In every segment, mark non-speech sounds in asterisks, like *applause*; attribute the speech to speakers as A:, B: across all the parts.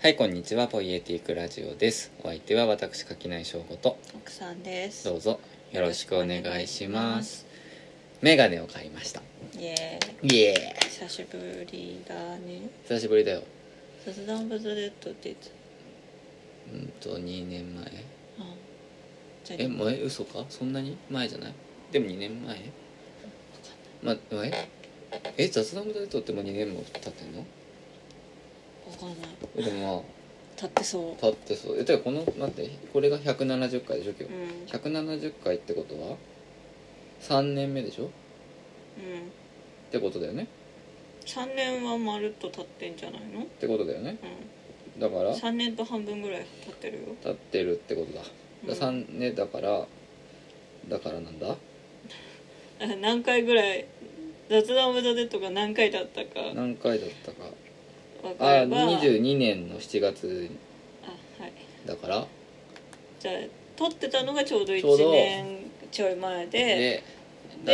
A: はい、こんにちは。ポイエティクラジオです。お相手は私、垣内翔吾と、
B: 奥さんです
A: どうぞよろしくお願いします。メガネを買いました。
B: イエーイ
A: イエ
B: 久しぶりだね
A: ーイ久しぶりだよ。
B: 雑談ブズレッドっていつ
A: うんと、2年前。
B: あじゃあ
A: え、もうえ嘘かそんなに前じゃないでも2年前ま、ええ、雑談部で撮っても2年も経ってんの
B: わかんない
A: えでも
B: 立ってそ
A: まあ、経ってそう。え、てかこの、待って、これが170回でしょ、今
B: うう
A: 日。
B: ん
A: 170回ってことは、3年目でしょっ
B: うん
A: てことだよね
B: 3年はまるっと立ってんじゃないの
A: ってことだよね
B: う
A: だから
B: ん3年と半分ぐらい立ってるよ
A: 立ってるってことだ
B: うん
A: だ、三ねだからだからなんだ
B: え何回ぐらい雑談ブズレッドが何回だったか
A: 何回だったか
B: 分か
A: あ
B: れば
A: 22年の7月
B: あはい
A: だから
B: じゃあ撮ってたのがちょうど
A: ちょう
B: 1
A: ど
B: 年ちょい前で
A: で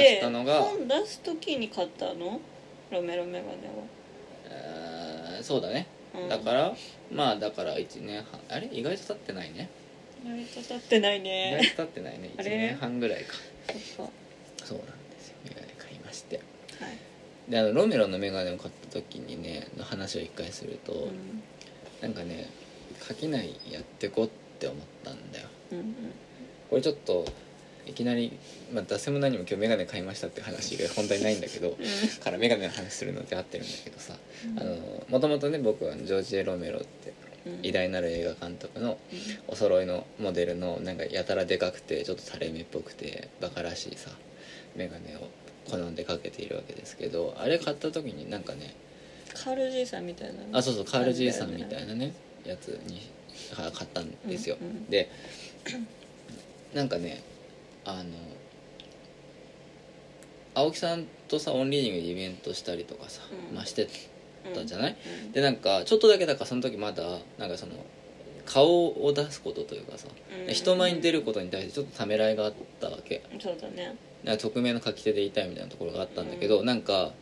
A: 出したのが
B: 本出す時に買ったのロメロメガネ
A: あーそうだね
B: は、うん、
A: だからまあだから1年半あれ意外と経ってないね
B: 割と経ってない
A: 意
B: ね
A: 外と経ってないね
B: あ
A: 1
B: れ
A: 年半ぐらいか
B: そっ
A: そうなんですよ眼鏡買いまして
B: かはい、
A: であのロメロの眼鏡を買った時にねの話を一回すると、
B: うん
A: なんかね書きないやってこって思ったんだよ
B: うん
A: これちょっといきなり、まあ、出せも何も今日眼鏡買いましたって話が本題ないんだけどから眼鏡の話するのって合ってるんだけどさ
B: うん、
A: あのもともとね僕はジョージ・エロメロって
B: うん
A: 偉大なる映画監督のお揃いのモデルのなんかやたらでかくてちょっと垂れ目っぽくてバカらしいさ眼鏡を好んでかけているわけですけどあれ買った時になんかね
B: カール爺さんみたいな
A: あそうそうカール爺さんみたいなねやつにあ買ったんですよ、
B: うんうん
A: でなんかねあの青木さんとさオンリーディングでイベントしたりとかさ、
B: うん
A: まあ、してたんじゃない、
B: うん
A: でなんかちょっとだけだからその時まだなんかその顔を出すことというかさ、
B: うん
A: 人前に出ることに対してちょっとためらいがあったわけ
B: そうだね
A: なんか匿名の書き手でいたいみたいなところがあったんだけど、なんか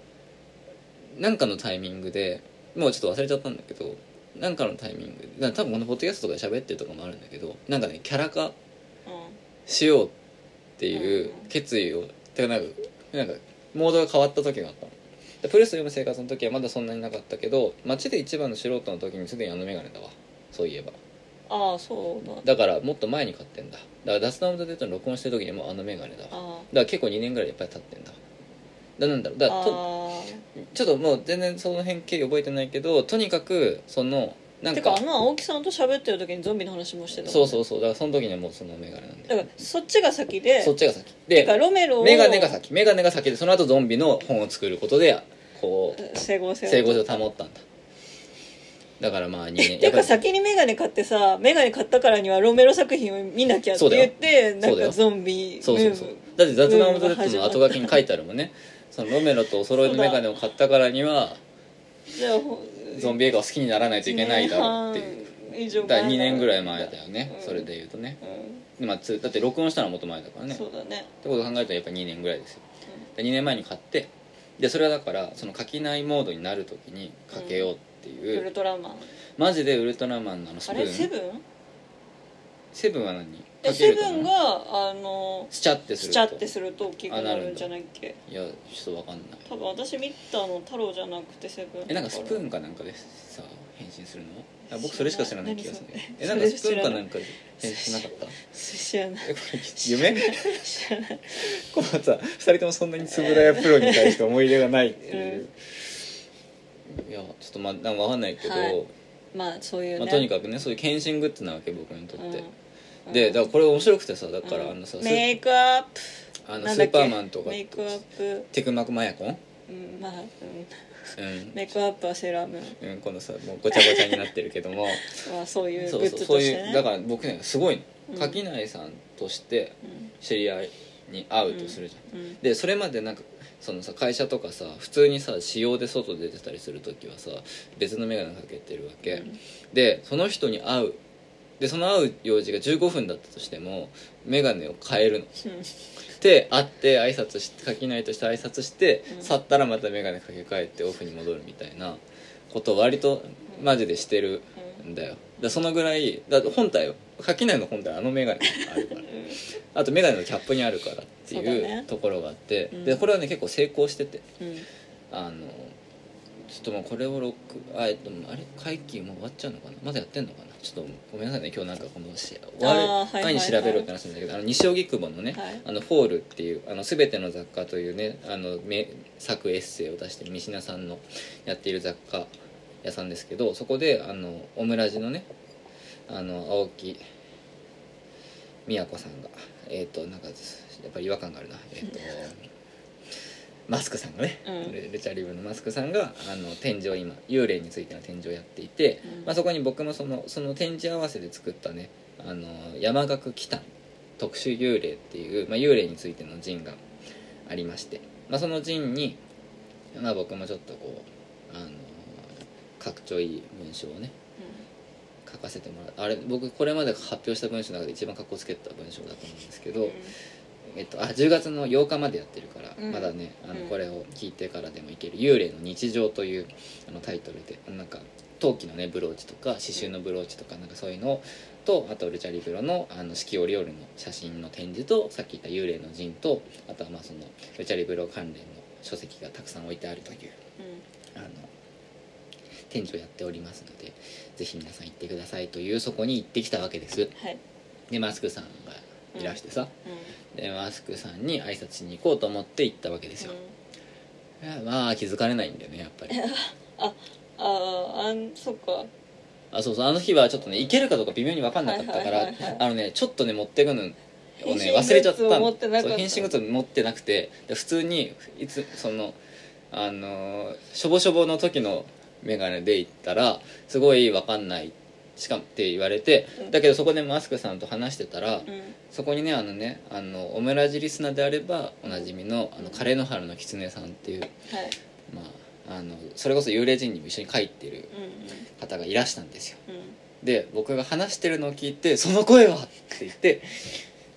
A: なんかのタイミングでもうちょっと忘れちゃったんだけどなんかのタイミングでな多分このポッドキャストとかで喋ってるとかもあるんだけどなんかねキャラ化
B: う
A: しようっていう
B: うん
A: 決意をてかなんかなんかモードが変わった時があったのでプレス読む生活の時はまだそんなになかったけど街で一番の素人の時にすでにあの眼鏡だわそういえば
B: んああそうだ
A: だからもっと前に買ってんだだから「ダスト・オブ・ザ・デッド」の録音してる時にもうあの眼鏡だわだか
B: あ
A: ら結構2年ぐらいやっぱり経ってんだだなんだろうだ
B: あ
A: からと
B: あ
A: ちょっともう全然その辺経緯覚えてないけどとにかくそのな
B: あ
A: んか
B: てかあの青木さんと喋ってる時にゾンビの話もしてたもんね
A: そうそうそうだからその時にはもうその眼鏡なん
B: だ
A: で
B: からそっちが先で
A: そっちが先
B: て
A: で
B: かロメロを
A: メガネが先メガネが先でその後ゾンビの本を作ることでこう
B: 整合性を
A: 整合性を保ったんだだからまあ2年
B: ていうか
A: やっぱ
B: 先にメガネ買ってさメガネ買ったからにはロメロ作品を見なきゃって言ってな
A: そうんだよ
B: かゾンビ
A: り
B: ムーブ
A: そうそうそうだって「雑談オブ・ザ・レッド」の後書きに書いてあるもんねそのロメロとお揃いのメガネを買ったからには
B: じゃあほ
A: ゾンビ映画を好きにならないといけないだろうっていう
B: う以上
A: だから2年ぐらい前だ
B: よ、
A: よね
B: うん
A: それで言うとね
B: う
A: まあつだって録音したのはもっと前だから
B: ん
A: ね
B: そうだね
A: ってことを考えるとやっぱ2年ぐらいですよで2年前に買ってでそれはだからその書きないモードになる時にかけようって
B: ウ
A: いう、
B: ルトラマン
A: マジでウルトラマンのあのス
B: あ
A: プー
B: れ
A: ン
B: セブン
A: セブンは何か
B: え
A: け
B: セ
A: るか
B: ブン
A: な
B: があの
A: スチャってす
B: ス
A: る
B: チ
A: と
B: ャってすると大きくなるんじゃないっけ
A: いやちょっとわかんない
B: 多分私見たの太郎じゃなくてセブン
A: えなんかスプー
B: ン
A: ンかなんかでさ変身するのあ僕それしか知らない気がするねえ
B: 知
A: な
B: ら
A: ん
B: な
A: か
B: い
A: スプーンかなんかで変身しなかった
B: 知らない
A: えこれ *laughs* 夢
B: 知らない
A: こうさ2人ともそんなに円谷プロに対して思い入れがないっていう、いやちょっとまあなんかわかんないけど、
B: はいまあそういうね、
A: まあ、とにかくねそういう献身グッズなわけ僕にとって、
B: うん
A: でだからこれ面白くてさだ
B: うん
A: からあのさ、ス
B: メイクアップ
A: あの
B: なん
A: ス
B: だっ
A: ー
B: け
A: パーマンとか
B: メイクアップ
A: テクマクマヤコン、
B: うんまあ、うん、
A: うん
B: メイクアップはセーラームー
A: うん、このさもうごちゃごちゃになってるけども
B: ンはそう *laughs* いうグ
A: そう
B: ッ
A: そう
B: ズ
A: そ
B: と
A: う
B: して
A: い
B: ね
A: うだから僕ねすごい
B: うん
A: の垣内さんとして
B: うん
A: 知り合いに会うとするじゃん、
B: うん
A: でそれまでなんかそのさ会社とかさ普通にさ仕様で外出てたりする時はさ別の眼鏡かけてるわけ、
B: うん
A: でその人に会うでその会う用事が15分だったとしても眼鏡を変えるので会って挨拶して書きないとして挨拶して、
B: うん
A: 去ったらまた眼鏡かけ替えてオフに戻るみたいなことを割とマジでしてるんだよだからそのぐらいだって本体書き内の本体はあの眼鏡あるからあと眼鏡のキャップにあるからって
B: そ
A: いう
B: うだね
A: ところがあって、
B: うん
A: でこれはね結構成功してて
B: うんうん
A: あのちょっともうこれを録あえっとあれ会期もう終わっちゃうのかなまだやってんのかなちょっとごめんなさいね今日なんかこのし終わる
B: あーはいはい
A: 前に調べろって話なんだけどあの西荻窪のね、
B: はい
A: あのフォールっていう「あの全ての雑貨」というねあのめ作エッセイを出してる三品さんのやっている雑貨屋さんですけどそこであのオムラジのねあの青木美和子さんがえっ、となんかやっぱり違和感があるなえっ、
B: *laughs*
A: とマスクさんがね、
B: うん
A: レレチャリブのマスクさんがあの展示を今幽霊についての展示をやっていて、
B: うん
A: まあ、そこに僕もそのその展示合わせで作ったねあの山岳北特殊幽霊っていう、まあ、幽霊についての陣がありまして、まあ、その陣に、まあ、僕もちょっとこうあのかっちょいい文章をね書かせてもらうあれ僕これまで発表した文章の中で一番かっこつけた文章だと思うんですけど、えっと、あ10月の8日までやってるから、
B: うん
A: まだねあの、
B: うん
A: これを聞いてからでもいける「幽霊の日常」というあのタイトルでなんか陶器のねブローチとか刺繍のブローチとかなんかそういうのをとあとルチャリブロのあの四季折々の写真の展示とさっき言った幽霊の陣とあとはまあそのルチャリブロ関連の書籍がたくさん置いてあるというあの展示をやっておりますのでぜひ皆さん行ってくださいというそこに行ってきたわけです
B: はい
A: でマスクさんがいらしてさ、でマスクさんに挨拶しに行こうと思って行ったわけですよ、いやまあ気づかれないんだよねやっぱり
B: あああんそっか
A: あそうそうあの日はちょっとね行けるかどうか微妙に分かんなかったか
B: はい
A: ら
B: はいはいはい
A: あのねちょっとね持ってくのをね
B: 変身グッズ
A: 忘れちゃった
B: を持
A: の
B: ってなかった
A: そう変身グッズ持ってなくてで普通にいつそのあのーしょぼしょぼの時の眼鏡で行ったらすごい分かんないしかもって言われて
B: うん
A: だけどそこでマスクさんと話してたら、
B: うん
A: そこにねあのねあのオムラジリスナーであればおなじみのあのカレーの原の狐さんっていう、
B: はい
A: まあ、あのそれこそ幽霊人にも一緒に書いてる
B: う
A: 方がいらしたんですよ
B: んうんうん
A: で僕が話してるのを聞いて「その声は!」って言って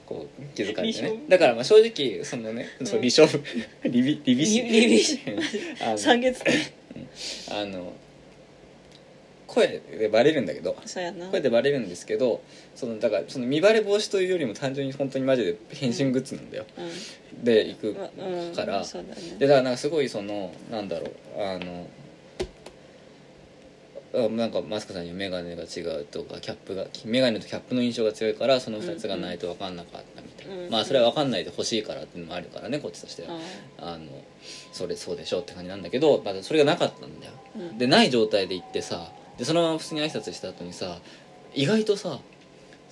A: こう気づかれて
B: 離
A: ね
B: 婚
A: だからまあ正直そのね、そう
B: うん
A: 離職 *laughs* リビリビシ
B: リリビシ
A: *laughs* あの
B: 三月 *laughs*
A: あの声でバレるんだけど
B: そうやな
A: 声でバレるんですけどそのだからその見バレ防止というよりも単純に本当にマジで変身グッズなんだよ、
B: う
A: で行く
B: んうん
A: から、
B: そうだね
A: でだからなんかすごいそのなんだろうあのあなんかマスクさんには眼鏡が違うとかキャップが眼鏡とキャップの印象が強いからその2つがないと分かんなかったみたいな、
B: うんうん
A: まあそれは分かんないで欲しいからっていうのもあるからねこっちとしては、
B: あ
A: あのそれそうでしょって感じなんだけど、まあ、それがなかったんだよ
B: ーうん
A: でない状態で行ってさでそのまま普通に挨拶した後にさ意外とさ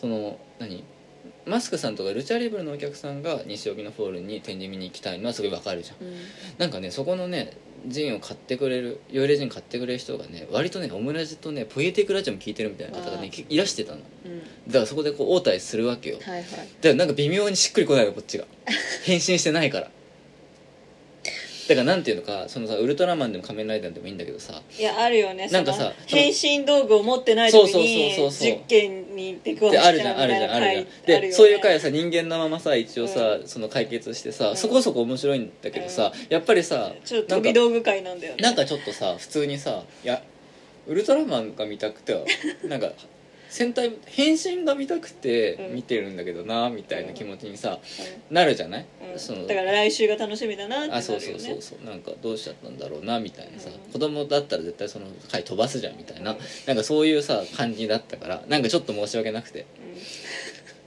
A: その何マスクさんとかルチャリブルのお客さんが西荻のフォールに展示見に行きたいのはすごいわかるじゃん
B: うん
A: なんかねそこのねジンを買ってくれる幽霊ジン買ってくれる人がね割とねオムラジとねポエティックラジオも聞いてるみたいな方が
B: あ
A: ね
B: ー
A: きいらしてたの
B: うん
A: だからそこでこう応対するわけよだか
B: はいはい
A: らなんか微妙にしっくりこないのこっちが変身してないからだからなんていうのかそのさウルトラマンでも仮面ライダーでもいいんだけどさ
B: いやあるよね
A: なんかさ
B: その変身道具を持ってない時に
A: そうそうそうそうそう
B: 実験に出くわ
A: で
B: し
A: ある
B: ち
A: じゃん
B: ゃ
A: あ
B: うみ
A: るじ
B: たい
A: ゃん
B: な
A: あるじゃん
B: 回
A: で
B: あるよね
A: そういう回はさ人間のままさ一応さ、
B: う
A: その解決してさ、
B: うん
A: そこそこ面白いんだけどさ、やっぱりさ
B: ちょっと
A: な
B: 飛
A: んか
B: び道具会なんだよね
A: なんかちょっとさ普通にさ「いやウルトラマンが見たく
B: *laughs*
A: てはなんか戦隊変身が見たくて
B: うん
A: 見てるんだけどな」みたいな気持ちにさなるじゃない、
B: うん
A: その
B: だから来週が楽しみだなってなるよ、ね、
A: あそうそうそうそうなんかどうしちゃったんだろうなみたいなさ、
B: うん
A: 子供だったら絶対その回飛ばすじゃんみたいななんかそういうさ感じだったからなんかちょっと申し訳なくて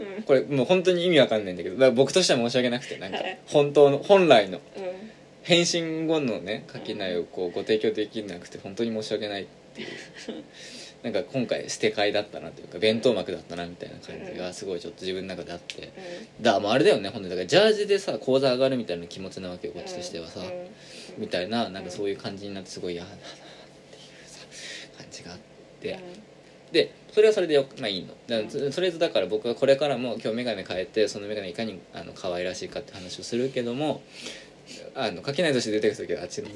B: うんうん
A: これもう本当に意味わかんないんだけどだから僕としては申し訳なくてなんか
B: はい
A: 本当の本来の
B: うん
A: 返信後のね書き内をこうご提供できなくて本当に申し訳ないって
B: *laughs*
A: いうなんか今回捨て替えだったなというか弁当幕だったなみたいな感じがすごいちょっと自分の中であってだからもうあれだよね本当にだからジャージでさ講座上がるみたいな気持ちなわけよこっちとしてはさ
B: うんうん
A: みたいななんかそういう感じになってすごい嫌だなっていうさ感じがあって。でそれはそれでよくまあいいのだからつとりあえずだから僕はこれからも今日眼鏡変えてその眼鏡いかにあの可愛らしいかって話をするけどもあのかけないとして出てくる時はあっちの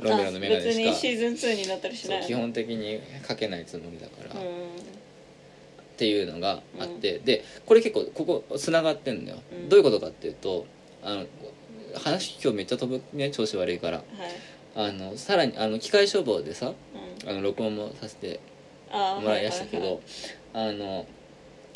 A: ロメロの眼
B: あ別
A: 鏡
B: に
A: し
B: シ
A: か
B: ーズン2になったりし
A: そ
B: な
A: う
B: い
A: 基本的にかけないつもりだから、
B: う
A: っ
B: ん
A: ていうのがあって、でこれ結構ここつながってんのよ、
B: うん
A: どういうことかっていうとあの話今日めっちゃ飛ぶね調子悪いから
B: はい
A: あのさらにあの機械消防でさ
B: うん
A: あの録音もさせて
B: あー
A: もらいましたけ
B: はいはい
A: どあの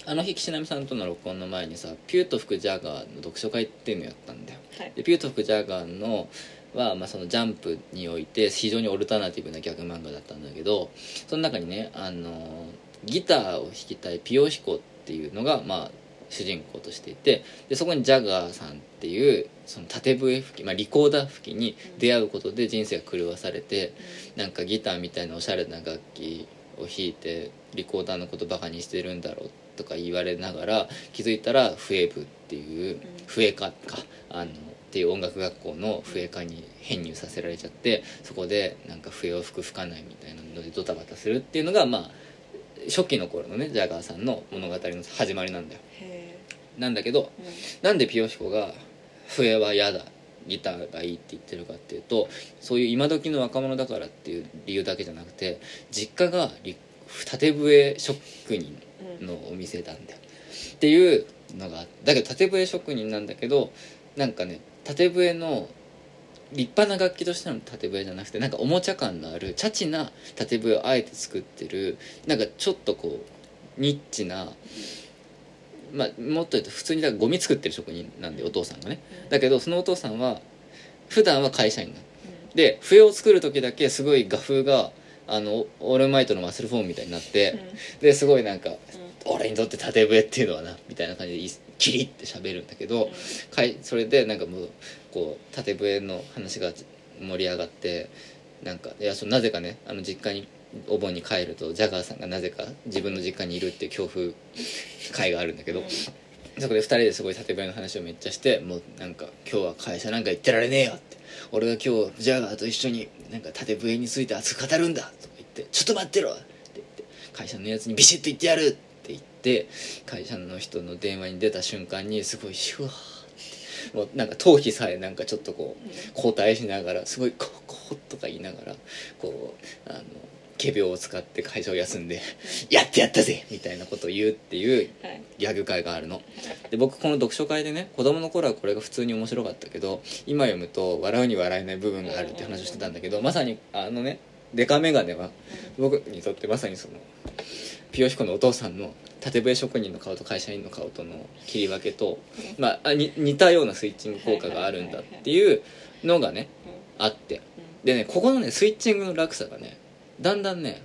A: あの日岸波さんとの録音の前にさピュート吹くジャガーの読書会っていうのやったんだよ
B: はい
A: でピュート吹くジャガーのは、まあ、そのジャンプにおいて非常にオルタナティブなギャグ漫画だったんだけどその中にねあのギターを弾きたいピヨヒコっていうのが、まあ、主人公としていてでそこにジャガーさんっていうその縦笛吹き、まあ、リコーダー吹きに出会うことで人生が狂わされてなんかギターみたいなおしゃれな楽器を弾いてリコーダーのことバカにしてるんだろうとか言われながら気づいたら笛部っていう笛科かあのっていう音楽学校の笛科に編入させられちゃってそこでなんか笛を吹く吹かないみたいなのでドタバタするっていうのがまあ初期の頃のねジャガーさんの物語の始まりなんだよ
B: へ
A: なんだけど
B: え、
A: なんでピヨシコが笛は嫌だギターがいいって言ってるかっていうとそういう今時の若者だからっていう理由だけじゃなくて実家がり縦笛職人
B: うんうん、
A: のお店なんだよっていうのがあってだけど縦笛職人なんだけどなんかね縦笛の立派な楽器としての縦笛じゃなくてなんかおもちゃ感のあるチャチな縦笛をあえて作ってるなんかちょっとこうニッチな、まあ、もっと言うと普通にだからゴミ作ってる職人なんでお父さんがねだ
B: け
A: けどそのお父さんは普段は会社員なの
B: ど、
A: で笛を作る時だけすごい画風があのオールマイトのマッスルフォームみたいになって、
B: うんうん
A: ですごいなんか
B: うん
A: 俺にとって縦笛っていうのはなみたいな感じでいキリって喋るんだけど、かいそれでなんかもうこう縦笛の話が盛り上がってなんかいやそのなぜかねあの実家にお盆に帰るとジャガーさんがなぜか自分の実家にいるっていう恐怖会があるんだけど、
B: うん
A: そこで2人ですごい縦笛の話をめっちゃしてもうなんか今日は会社なんか行ってられねえよって俺が今日ジャガーと一緒になんか縦笛について熱く語るんだとか言ってちょっと待ってろって言って会社のやつにビシッと言ってやるって言って会社の人の電話に出た瞬間にすごいシュワーってもうなんか頭皮さえなんかちょっとこう交代しながらすごいこうこうとか言いながらこうあの仮病を使って会社を休んで「やってやったぜ!」みたいなことを言うっていう
B: はい
A: ギャグ会があるので僕この読書会でね子供の頃はこれが普通に面白かったけど今読むと笑うに笑えない部分があるって話をしてたんだけどまさにあのねデカメガネは僕にとってまさにそのピヨヒコのお父さんの縦笛職人の顔と会社員の顔との切り分けと、まああ、に似たようなスイッチング効果があるんだっていうのがね
B: うん
A: あって
B: う
A: でねここのねスイッチングの落差がねだんだんね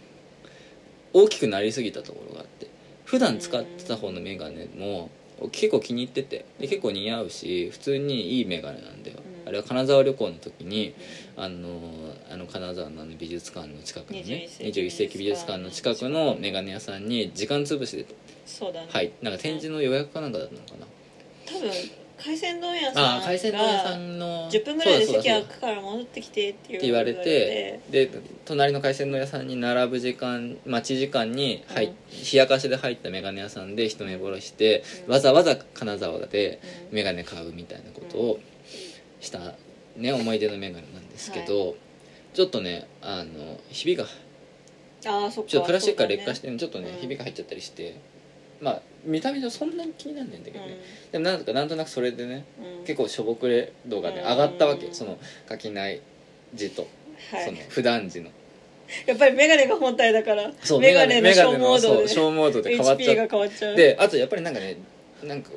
A: 大きくなりすぎたところがあって普段使ってた方のメガネも結構気に入っててで結構似合うし普通にいいメガネなんだよ、
B: うん
A: あれは金沢旅行の時に
B: ん
A: あのあの金沢のあの美術館の近くのね
B: 21
A: 21世紀美術館の近くのメガネ屋さんに時間潰しで
B: そうだね、
A: はいなんか展示の予約かなんかだったのかな
B: 多分海鮮丼屋
A: あ
B: さん
A: あ
B: が
A: 海鮮丼屋さんの
B: 10分ぐらいで
A: そうだ
B: 席
A: そうだ
B: 空くから戻ってきてって
A: っ
B: いう
A: て言われてで隣の海鮮の屋さんに並ぶ時間待ち時間に入っ、
B: うん
A: 冷やかしで入ったメガネ屋さんで一目ぼろして、
B: うん
A: わざわざ金沢で
B: うん
A: メガネ買うみたいなことをした、ね、思い出のメガネなんですけど、ちょっとねあのひびが
B: ああそっか
A: ちょっとプラスチックが
B: そう
A: 劣
B: だね
A: 化して、ちょっとね、
B: うん
A: ひびが入っちゃったりしてまあ見た目上そんなに気になんないんだけ
B: う
A: ど
B: ん
A: ね、でもなんとかなんとなくそれでね
B: うん
A: 結構しょぼくれ度がね
B: う
A: 上
B: ん
A: がったわけ、その書きない字と。
B: は
A: その
B: い、
A: 普段時の
B: やっぱり眼鏡が本体だから眼鏡
A: メ
B: の
A: ガ
B: 消
A: ネ
B: 耗度 *laughs*
A: そ
B: で
A: う消耗度で変わっち
B: HP
A: ゃ
B: が
A: っ
B: 変わっちゃう
A: てあとやっぱりなんかねなんか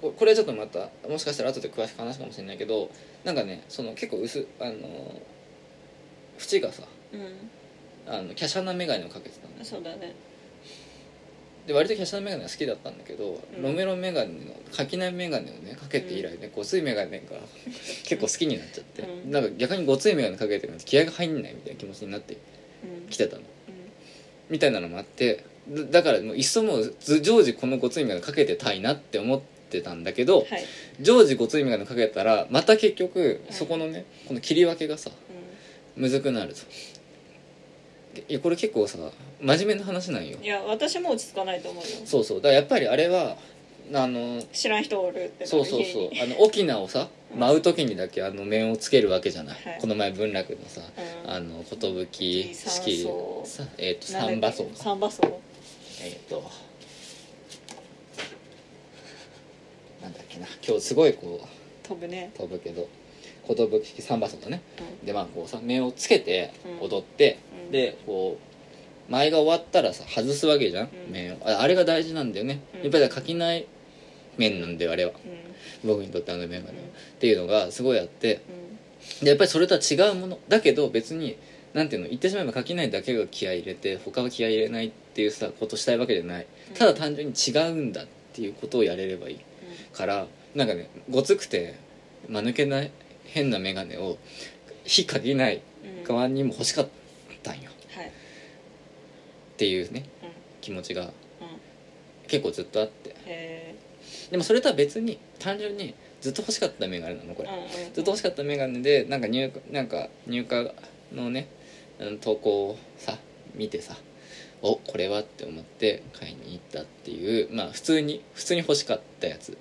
A: ここれはちょっとまたもしかしたら後で詳しく話すかもしれないけどなんかねその結構薄あのー縁がさ
B: うん
A: あの華奢な眼鏡をかけてたんです
B: そうだね
A: で割と華奢な眼鏡が好きだったんだけど、
B: うん
A: ロメロ眼鏡の垣内眼鏡をねかけて以来ねごつい眼鏡が *laughs* 結構好きになっちゃって、
B: うん
A: なんか逆にごつい眼鏡かけてるのに気合が入んないみたいな気持ちになって
B: うん
A: きてたの
B: うん
A: みたいなのもあってだだからもういっそもうず常時このごつい眼鏡かけてたいなって思ってたんだけど
B: はい、
A: 常時ごつい眼鏡かけたらまた結局そこのねこの切り分けがさむずくなるといやこれ結構さ真面目な話なんよ
B: うん、いや私も落ち着かないと思うよ
A: そうそうだからやっぱりあれはあの
B: 知らん人おるってなる
A: そうそうそ
B: 家
A: う
B: に
A: あの沖縄をさ舞う時にだけあの面をつけるわけじゃない、
B: はい
A: この前文楽のさ
B: うん
A: あの寿式
B: 三層
A: さえっ、と
B: なんだ
A: 三馬
B: っけ
A: 荘か
B: 三馬荘
A: えっとなんだっけな今日すごいこう
B: 飛ぶね、
A: 飛ぶけど寿式三馬荘だね
B: うん
A: でまあこうさ目をつけて
B: うん
A: 踊って、
B: うん
A: でこう前が終わったらさ外すわけじゃん、
B: うん
A: 面をああれが大事なんだよね、
B: うん
A: やっぱり書きない面なんだよあれは僕にとってあの面がね、
B: うん
A: っていうのがすごいあってでやっぱりそれとは違うものだけど別になんていうの言ってしまえば書きないだけが気合い入れて他は気合い入れないっていうさことしたいわけじゃないただ単純に違うんだっていうことをやれればいいからなんかねごつくて間抜けない変な眼鏡を非限ない側にも欲しかったんよ
B: はい
A: っていうね
B: うん
A: 気持ちが
B: うん
A: 結構ずっとあって
B: へ
A: でもそれとは別に単純にずっと欲しかった眼鏡なのこ
B: え
A: れ
B: うんうん
A: ずっと欲しかった眼鏡でなんか入なんか入荷のね、うん、投稿をさ見てさおこれはって思って買いに行ったっていうまあ普通に普通に欲しかったやつ
B: うん
A: っ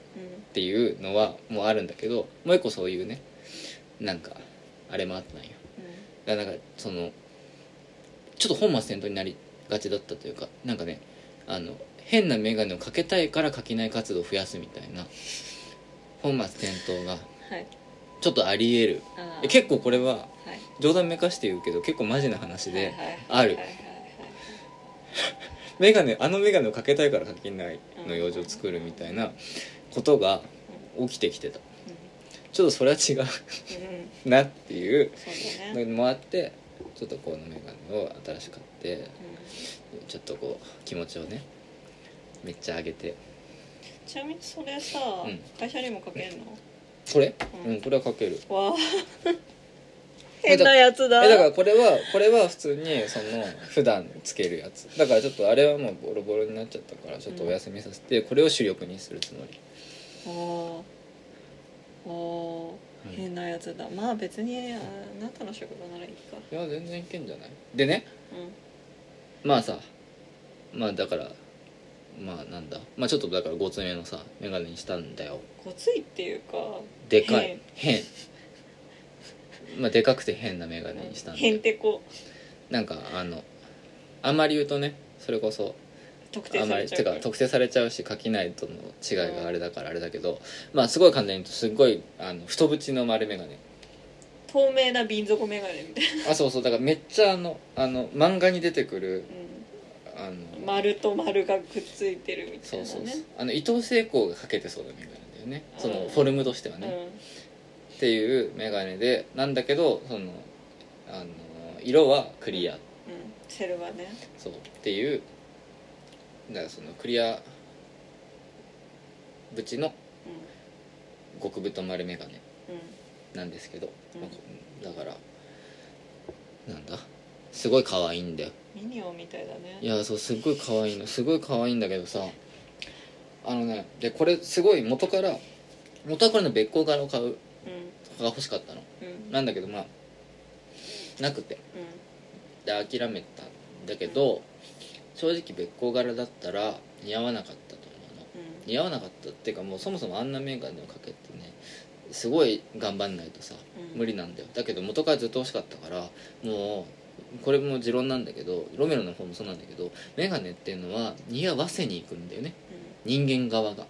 A: ていうのはもうあるんだけどもう一個そういうねなんかあれもあったんよだからなんかそのちょっと本末転倒になりがちだったというかなんかねあの変な眼鏡をかけたいからかきない活動を増やすみたいな本末転倒が
B: はい
A: ちょっとあり得る
B: あー
A: え結構これは
B: はい
A: 冗談めかして言うけど結構マジな話で
B: はいはい
A: ある
B: はいはい
A: 眼鏡あの眼鏡をかけたいからかけないの
B: うん
A: 養生を作るみたいなことが起きてきてたちょっとそれは違う
B: はいうんうん
A: なっていう
B: そうだね
A: のもあってちょっとこの眼鏡を新しく買って
B: うん
A: ちょっとこう気持ちをねめっちゃ上げて
B: ちなみにそれさ
A: うん
B: 会社にもかけんの
A: これ
B: う
A: うんんこれはかける
B: わあ変なやつだ
A: えだからこれはこれは普通にその普段つけるやつだからちょっとあれはもうボロボロになっちゃったからちょっとお休みさせてこれを主力にするつもり
B: おーおー
A: うん
B: 変なやつだまあ別にああなたの職場ならいいか
A: いや全然いけんじゃないでね
B: うん
A: まあさまあだからまあなんだまあちょっとだからごつめのさ眼鏡にしたんだよ
B: ごついっていうか
A: でかい変まあでかくて変な眼鏡にしたんだ
B: へん
A: よ
B: てこ
A: なんかあのあんまり言うとねそれこそ
B: 特
A: あ
B: 定
A: んま
B: さ
A: り
B: れちゃ
A: て
B: うか
A: から特定されちゃうし書きないとの違いがあれだからあれだけどまあすごい簡単に言うとすっごいあの太縁の丸眼鏡
B: 透明な瓶底眼鏡みたい
A: あそうそうだからめっちゃあのあの漫画に出てくる
B: な、
A: あ
B: うん、
A: の
B: 丸と丸がくっついてるみた
A: そ
B: いうな
A: そう
B: ね
A: そうあの伊藤聖光がかけてそうな眼鏡だよねそ
B: うん
A: のフォルムとしては
B: う
A: ね、っていう眼鏡でなんだけどそのあの色はクリア
B: んうんセルはね
A: そうっていうだからそのクリア縁の
B: う
A: 極太丸眼鏡
B: んうん
A: なんですけど、
B: うん
A: まあこだからなんだすごい可愛いんだよ
B: ミニオンみたいだね
A: いやそうすっごい可愛いのすごい可愛いんだけどさあのねでこれすごい元から元はこれの別光柄を買う
B: うん
A: が欲しかったの
B: うん
A: なんだけどまあなくて
B: う
A: で諦めたんだけど正直別光柄だったら似合わなかったと思うの
B: んうん
A: 似合わなかったっていうかもうそもそもあんなメーカーでもかけてねすごい頑張んないとさ
B: うん
A: 無理なんだよだけど元からずっと欲しかったからもうこれも持論なんだけどロメロの方もそうなんだけどメガネっていうのは似合わせに行くんだよね人間側が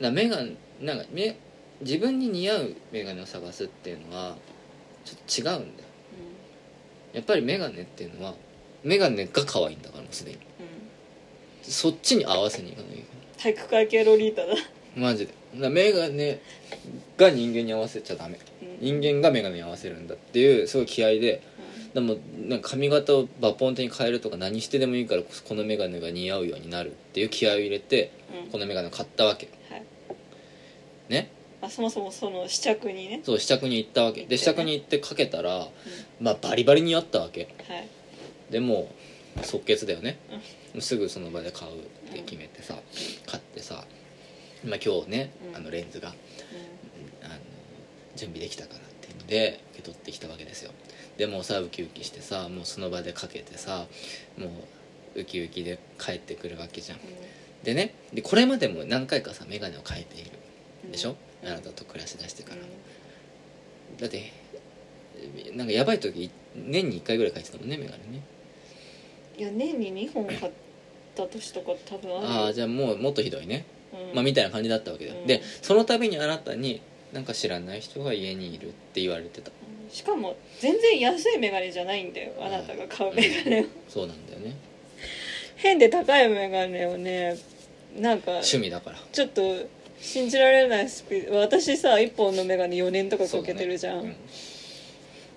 B: うん
A: なメガなんかめ自分に似合うメガネを探すっていうのはちょっと違うんだよやっぱりメガネっていうのはメガネが可愛いんだからもうすでに
B: うんうん
A: そっちに合わせに行かなきゃいけない
B: 体育会系ロリータだ
A: マジでなメガネが人間に合わせちゃダメ
B: うん
A: 人間がメガネに合わせるんだっていうすごい気合ででもなんか髪型を抜本的に変えるとか何してでもいいからここのメガネが似合うようになるっていう気合を入れて
B: うん
A: このメガネを買ったわけ
B: はい
A: ね
B: あそもそもその試着にね、
A: そう試着に行ったわけで試着に行ってかけたら
B: う
A: まあバリバリ似合ったわけ
B: ん、はい
A: でもう即決だよねすぐその場で買うって決めてさ買ってさまあ今日ね
B: うん
A: あのレンズがあの準備できたからっていうので受け取ってきたわけですよでもうさウキウキしてさもうその場でかけてさもうウキウキで帰ってくるわけじゃんでねでこれまでも何回かさ眼鏡を変えている
B: うん
A: でしょ、
B: うん
A: あなたと暮らしだして
B: う
A: か
B: ん
A: ら、だってなんかやばい時年に1回ぐらい変えてたもんね眼鏡ね
B: いや年に2本買った年とか多分ある
A: ああーじゃあもうもっとひどいね、
B: うん
A: まあみたいな感じだったわけだよ、
B: うん
A: でその度にあなたになんか知らない人が家にいるって言われてた
B: うんしかも全然安いメガネじゃないんだよあなたが買うメガネを
A: そうなんだよね
B: 変で高いメガネをねなんか
A: 趣味だから
B: ちょっと信じられないスピード私さ1本のメガネ4年とかかけてるじゃん、
A: そうだね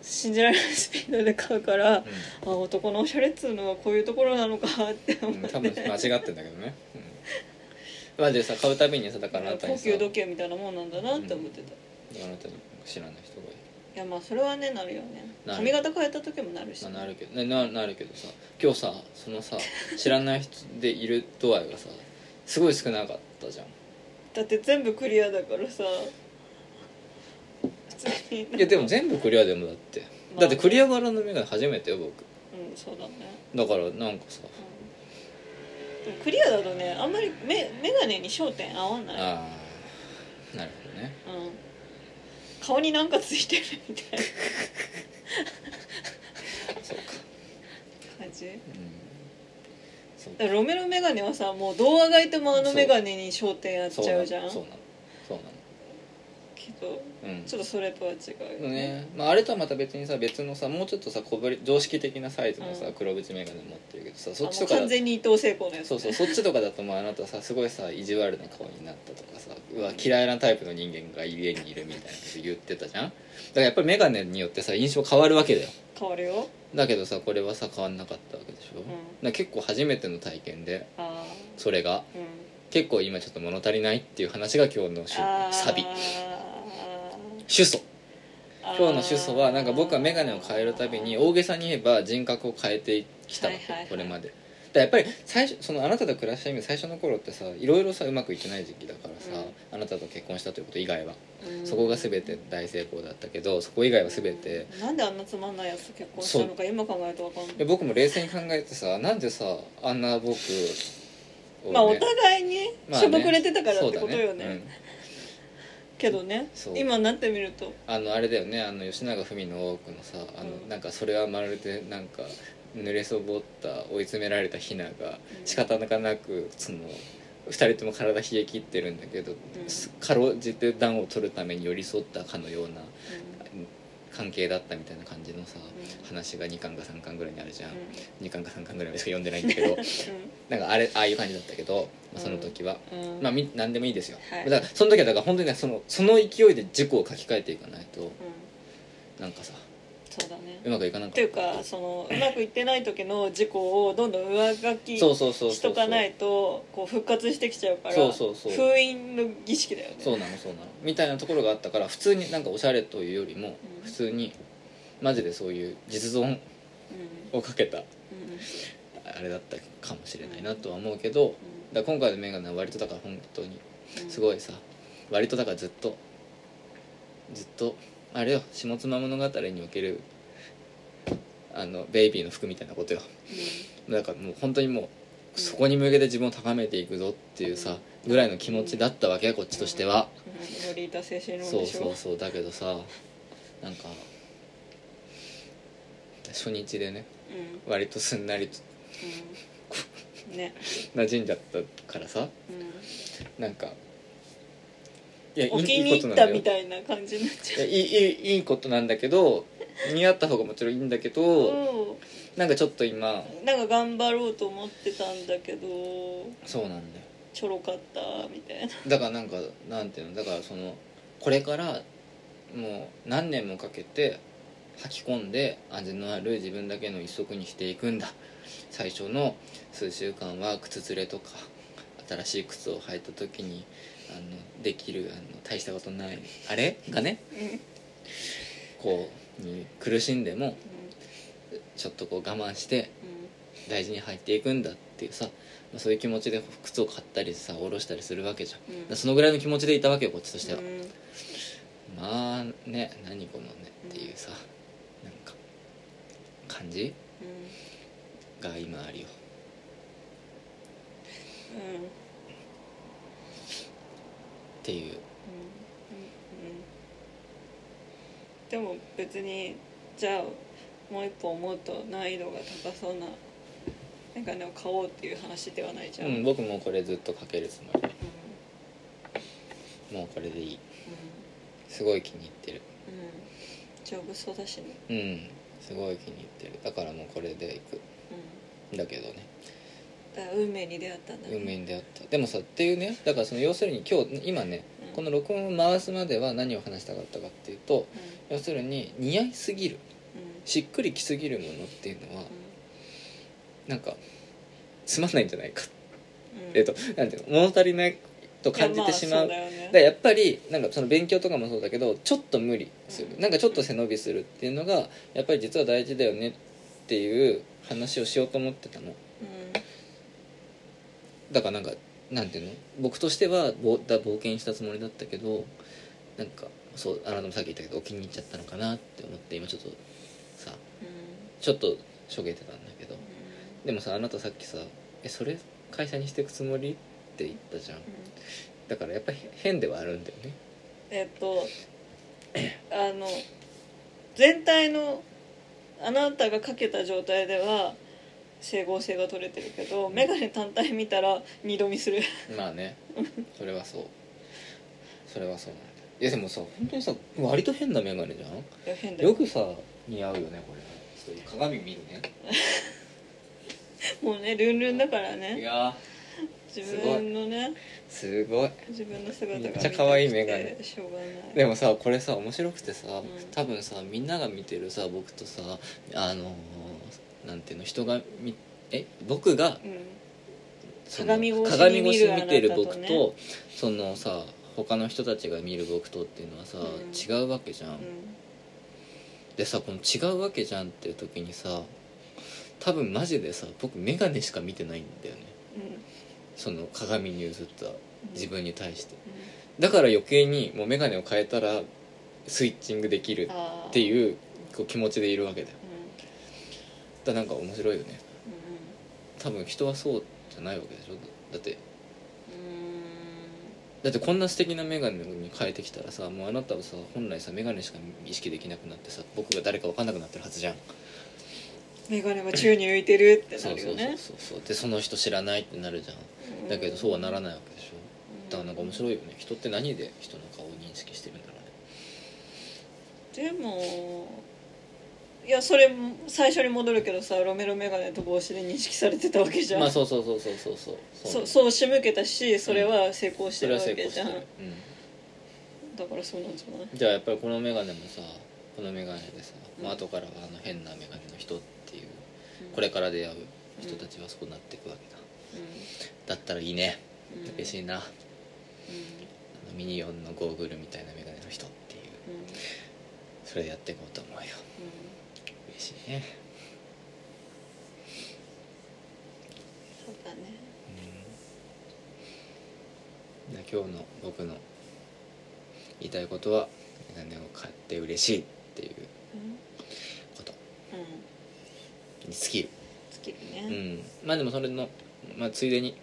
B: 信じられないスピードで買うから、
A: うん
B: あ男のおしゃれっつうのはこういうところなのかって思っ
A: うん
B: て、
A: 多分間違ってんだけどね、うんまあでさ買うたびにさだからあなた
B: 高
A: にさ
B: 級時計みたいなもんなんだなって思ってた、
A: あなたに知らない人がいる
B: いやまあそれはねなるよね
A: なる
B: 髪型変えた時もなるし、
A: まあなるけどねななるけどさ今日さそのさ知らない人でいる度合いがさすごい少なかったじゃん
B: だって全部クリアだからさ普通に
A: いやでも全部クリアでもだって、
B: まあ
A: だってクリア柄の眼鏡初めてよ僕
B: うんそうだね、
A: だからなんかさ、
B: うん、でもクリアだとねあんまりメメガネに焦点合わない、うん、
A: ああなるほどね
B: 顔になんかついてるみたいな
A: そうか
B: 感じ
A: うんそう
B: だからロメロメガネはさもうどうあがいてもあのメガネに焦点やっ
A: そう
B: ち
A: な
B: ゃ
A: の
B: うじゃん
A: そうなのそう
B: けど
A: なのうん
B: ちょっとそれとは違うよ
A: ねまあ、あれとはまた別にさ別のさもうちょっとさ小ぶり常識的なサイズのさ、
B: うん
A: 黒縁眼鏡持ってるけどさ
B: あ
A: そ
B: も
A: っちと
B: う
A: かだ
B: 完全に伊藤聖子のやつ
A: そうそうそっちとかだともうあなたさすごいさ意地悪な顔になったとかさうわ嫌いなタイプの人間が家にいるみたいなこと言ってたじゃんだからやっぱり眼鏡によってさ印象変わるわけだよ
B: 変わるよ
A: だけどさこれはさ変わんなかったわけでしょ、だから結構初めての体験で
B: あ
A: それが
B: ーうん
A: 結構今ちょっと物足りないっていう話が今日の主
B: あー
A: サビ主訴今日の主訴はなんか僕は眼鏡を変えるたびに大げさに言えば人格を変えてきたわけ、
B: はいはいはい
A: これまでだからやっぱり最初そのあなたと暮らした意味最初の頃ってさいろいろさうまくいってない時期だからさ、あなたと結婚したということ以外は
B: うん
A: そこが全て大成功だったけどそこ以外は全て
B: うんなんであんなつまんないやつと結婚したのか今考えるとわかんない
A: で僕も冷静に考えてさなんでさあんな僕をね、
B: まあお互いにね
A: まあ
B: し
A: ね
B: ょぼくれてたから
A: そ
B: っ
A: う
B: て
A: だ
B: ことよね,、
A: うん
B: けどね
A: そう
B: 今になってみると
A: あのあれだよねあの吉永文の多くのさあの、
B: うん
A: なんかそれはまるでなんか濡れそぼった追い詰められたヒナが仕方なかなくその2人とも体冷え切ってるんだけど、すかろうじて暖を取るために寄り添ったかのような
B: う
A: 関係だったみたいな感じのさ、
B: ん
A: 話が2巻か3巻ぐらいにあるじゃん、
B: んうん
A: 2巻か3巻ぐらいまでしか読んでないんだけ
B: *laughs*
A: どなんかあれああいう感じだったけど、まあ、その時は。
B: うんうん
A: まあ、み何でもいいですよ、
B: はい
A: だからその時はだから本当にねそのその勢いで事故を書き換えていかないと
B: うん
A: なんかさ
B: そうだね
A: うまくいかなかっ
B: ったていうかそのうまくいってない時の事故をどんどん上書き
A: そうそうそうそう
B: しとかないとこう復活してきちゃうから
A: そうそうそう
B: 封印の儀式だよね
A: そうなのそうなのみたいなところがあったから普通になんかおしゃれというよりも
B: うん
A: 普通にマジでそういう実存
B: うん
A: をかけた
B: うんうん
A: あれだったかもしれないなとは思うけどだから今回のメガネは割とだから本当に
B: うん
A: すごいさ割とだからずっとずっとあれよ下妻物語におけるあのベイビーの服みたいなことよだからもう本当にもうそこに向けて自分を高めていくぞっていうさぐらいの気持ちだったわけこっちとしては
B: うんうんロリータ精神論
A: そ
B: で
A: う
B: しょ
A: そうそうだけどさなんか初日でね
B: うん
A: 割とすんなりと
B: うんね
A: 馴染んじゃったからさ
B: うん
A: なんかいやいい
B: お気
A: いい
B: に
A: こと
B: 入
A: なんだ
B: った
A: よ
B: みたいな感じになっ
A: い
B: ちゃ
A: やいいいいいいことなんだけど似合った方がもちろんいいんだけ
B: う
A: ど、
B: う
A: なんかちょっと今
B: んなんか頑張ろうと思ってたんだけど
A: そうなんだよ
B: ちょろかったみたいな
A: だからなんかなんていうのだからそのこれからもう何年もかけて吐き込んで味のある自分だけの一足にしていくんだ最初の数週間は靴ずれとか新しい靴を履いた時にあのできるあの大したことないあれがねこうに苦しんでもちょっとこう我慢して大事に履いていくんだっていうさ、まあ、そういう気持ちで靴を買ったりさ下ろしたりするわけじゃん
B: うんうん
A: だからそのぐらいの気持ちでいたわけよこっちとしては、
B: うん
A: まあね何このねっていうさなんか感じ
B: うん
A: が今あるよ
B: うんうん
A: っていう
B: うんうんでも別にじゃあもう一本思うと難易度が高そうなメガネを買おうっていう話ではないじゃん、
A: う
B: うん
A: ん僕もこれずっとかけるつもりもうこれでいいすごい気に入ってる
B: う丈夫そうだしね
A: うんすごい気に入ってるだからもうこれでいく
B: うん
A: だけどね
B: んだから運命に出会ったんだね
A: 運命に出会ったでもさっていうねだからその要するに今日今ね
B: うん
A: この録音を回すまでは何を話したかったかっていうと
B: うん
A: 要するに似合いすぎる
B: うんうん
A: しっくりきすぎるものっていうのはなんかつまんないんじゃないか、
B: うん
A: えっとなんていうの物足りないと感じてしまう
B: いやまあそうだよ
A: で
B: ね
A: やっぱりなんかその勉強とかもそうだけどちょっと無理するなんかちょっと背伸びするっていうのがやっぱり実は大事だよねっていう話をしようと思ってたのだからなんかなんていうの僕としてはぼだ冒険したつもりだったけどなんかそうあなたもさっき言ったけどお気に入っちゃったのかなって思って今ちょっとさ
B: うんうん
A: ちょっとしょげてたんだけど
B: う
A: でもさあなたさっきさ「えそれ会社にしていくつもり?」って言ったじゃん
B: んうん
A: だからやっぱり変ではあるんだよね
B: えっとあの全体のあなたがかけた状態では整合性が取れてるけど眼鏡単体見たら二度見する
A: まあ *laughs* ねそれはそうそれはそうなんだいやでもさ本当にさ割と変な眼鏡じゃん
B: いや変だ
A: よ
B: よ
A: くさ似合うよねこれちょっと鏡見るね
B: *laughs* もうねルンルンだから
A: い
B: ね
A: や
B: 自分のね
A: ーすごい
B: 自分の姿が
A: めっちゃ可愛い眼鏡
B: 見たくてしょうがない
A: でもさこれさ面白くてさ、
B: ん
A: 多分さみんなが見てるさ僕とさあのーなんていうの人がみえ僕が
B: う
A: その
B: 鏡越しに
A: 鏡越
B: 見
A: し
B: る
A: に見てる
B: あなた
A: 僕と
B: とね
A: そのさ他の人たちが見る僕とっていうのはさ、
B: うん
A: 違うわけじゃん、
B: んうん
A: でさこの違うわけじゃんっていう時にさ多分マジでさ僕眼鏡しか見てないんだよね
B: うん
A: その鏡に映った自分に対して
B: うん
A: だから余計にもう眼鏡を変えたらスイッチングできる
B: あー
A: っていうこう気持ちでいるわけだよ
B: うん
A: だからなんか面白いよね
B: う
A: 多分人はそうじゃないわけでしょだって
B: んうん
A: だってこんな素敵な眼鏡に変えてきたらさもうあなたはさ本来さ眼鏡しか意識できなくなってさ僕が誰か分かんなくなってるはずじゃん
B: 眼鏡が宙に浮いてるって
A: そ
B: な
A: う
B: る
A: そ
B: よ
A: うそ
B: ね
A: うそうそうでその人知らないってなるじゃん
B: うん
A: だけどそうはならないわけでしょ
B: うん
A: だからなんか面白いよね人って何で人の顔を認識してるんだろうね
B: でもいやそれも最初に戻るけどさロメロメガネと帽子で認識されてたわけじゃん、
A: まあそうそうそうそうそうそう
B: そそう仕向けたしそれは成功し
A: そ
B: て
A: れ
B: る
A: は
B: わ
A: 成
B: け
A: 功し
B: じ
A: て
B: ゃん、
A: る、
B: だからそうなんじゃない
A: うん、じゃあやっぱりこの眼鏡もさこの眼鏡でさ、
B: うん
A: まあ後からはあの変な眼鏡の人っていうこれ、から出会う人たちはそうなっていくわけだ、
B: う
A: だったらいいね
B: んうん、
A: 嬉し
B: い、
A: いな、あ
B: う
A: のミニオンのゴーグルみたいな眼鏡の人っていうん
B: うんうん、
A: それやっていこうと思うよ嬉しいね
B: そうだね
A: うんで今日の僕の言いたいことは眼鏡を買って嬉しいっていう
B: うん
A: こと
B: うん
A: に尽きる、
B: 尽きる
A: う
B: ね、
A: ん、まあでもそれの、まあ、ついでに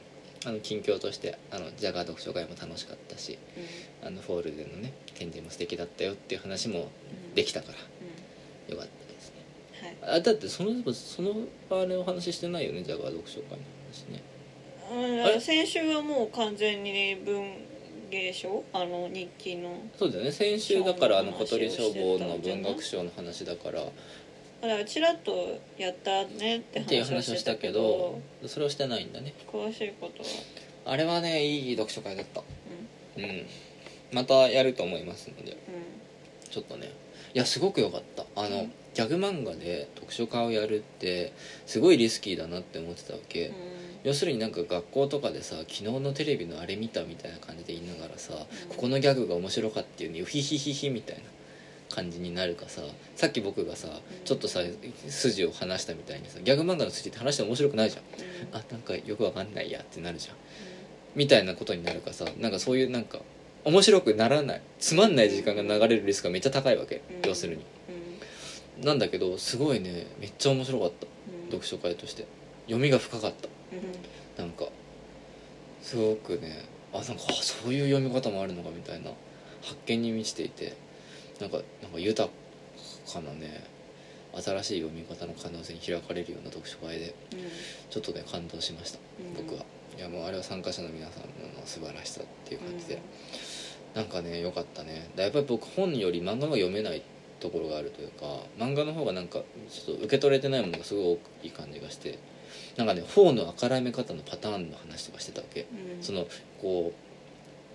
A: あの近況としてあのジャガー読書会も楽しかったし
B: うん
A: あのフォールでのね展示も素敵だったよっていう話もできたから
B: うん
A: よかったですね
B: はい
A: あだってそのそのあれの話してないよねジャガー読書会の話ね
B: うんだ
A: あ
B: か
A: れ
B: ら先週はもう完全に文芸賞あの日記の
A: そうだよね先週だからあの
B: そう
A: 小鳥消防の文学賞の話だから
B: だからちらっとやったねって
A: っていう
B: 話を
A: 話を
B: し
A: してた
B: たけ
A: け
B: ど
A: どそれをしてないんだね
B: 詳しいことは、
A: あれはねいい読書会だった
B: う
A: うんまたやると思いますので
B: んうん、
A: ちょっとねいやすごく良かったあの、
B: うん
A: ギャグ漫画で読書会をやるってすごいリスキーだなって思ってたわけ、要するになんか学校とかでさ昨日のテレビのあれ見たみたいな感じで言いながらさ、ここのギャグが面白かっていうねヒヒヒヒみたいな感じになるかささっき僕がさちょっとさ筋を離したみたいにさギャグ漫画の筋って話しても面白くないじゃん
B: うん
A: あなんかよくわかんないやってなるじゃんみたいなことになるかさなんかそういうなんか面白くならないつまんない時間が流れるリスクがめっちゃ高いわけ、
B: うん
A: 要するになんだけどすごいねめっちゃ面白かった
B: うん
A: 読書会として読みが深かった
B: うん
A: なんかすごくねあなんかあそういう読み方もあるのかみたいな発見に満ちていてなんかなんか豊かなね新しい読み方の可能性に開かれるような読書会で
B: うん
A: ちょっとね感動しました
B: うん
A: 僕は、いやもうあれは参加者の皆さんの素晴らしさっていう感じで、なんかね良かったねだやっぱり僕本より漫画が読めないところがあるというか漫画の方がなんかちょっと受け取れてないものがすごい多い感じがしてなんかね頬のあからめ方のパターンの話とかしてたわけ
B: うん、
A: そのこう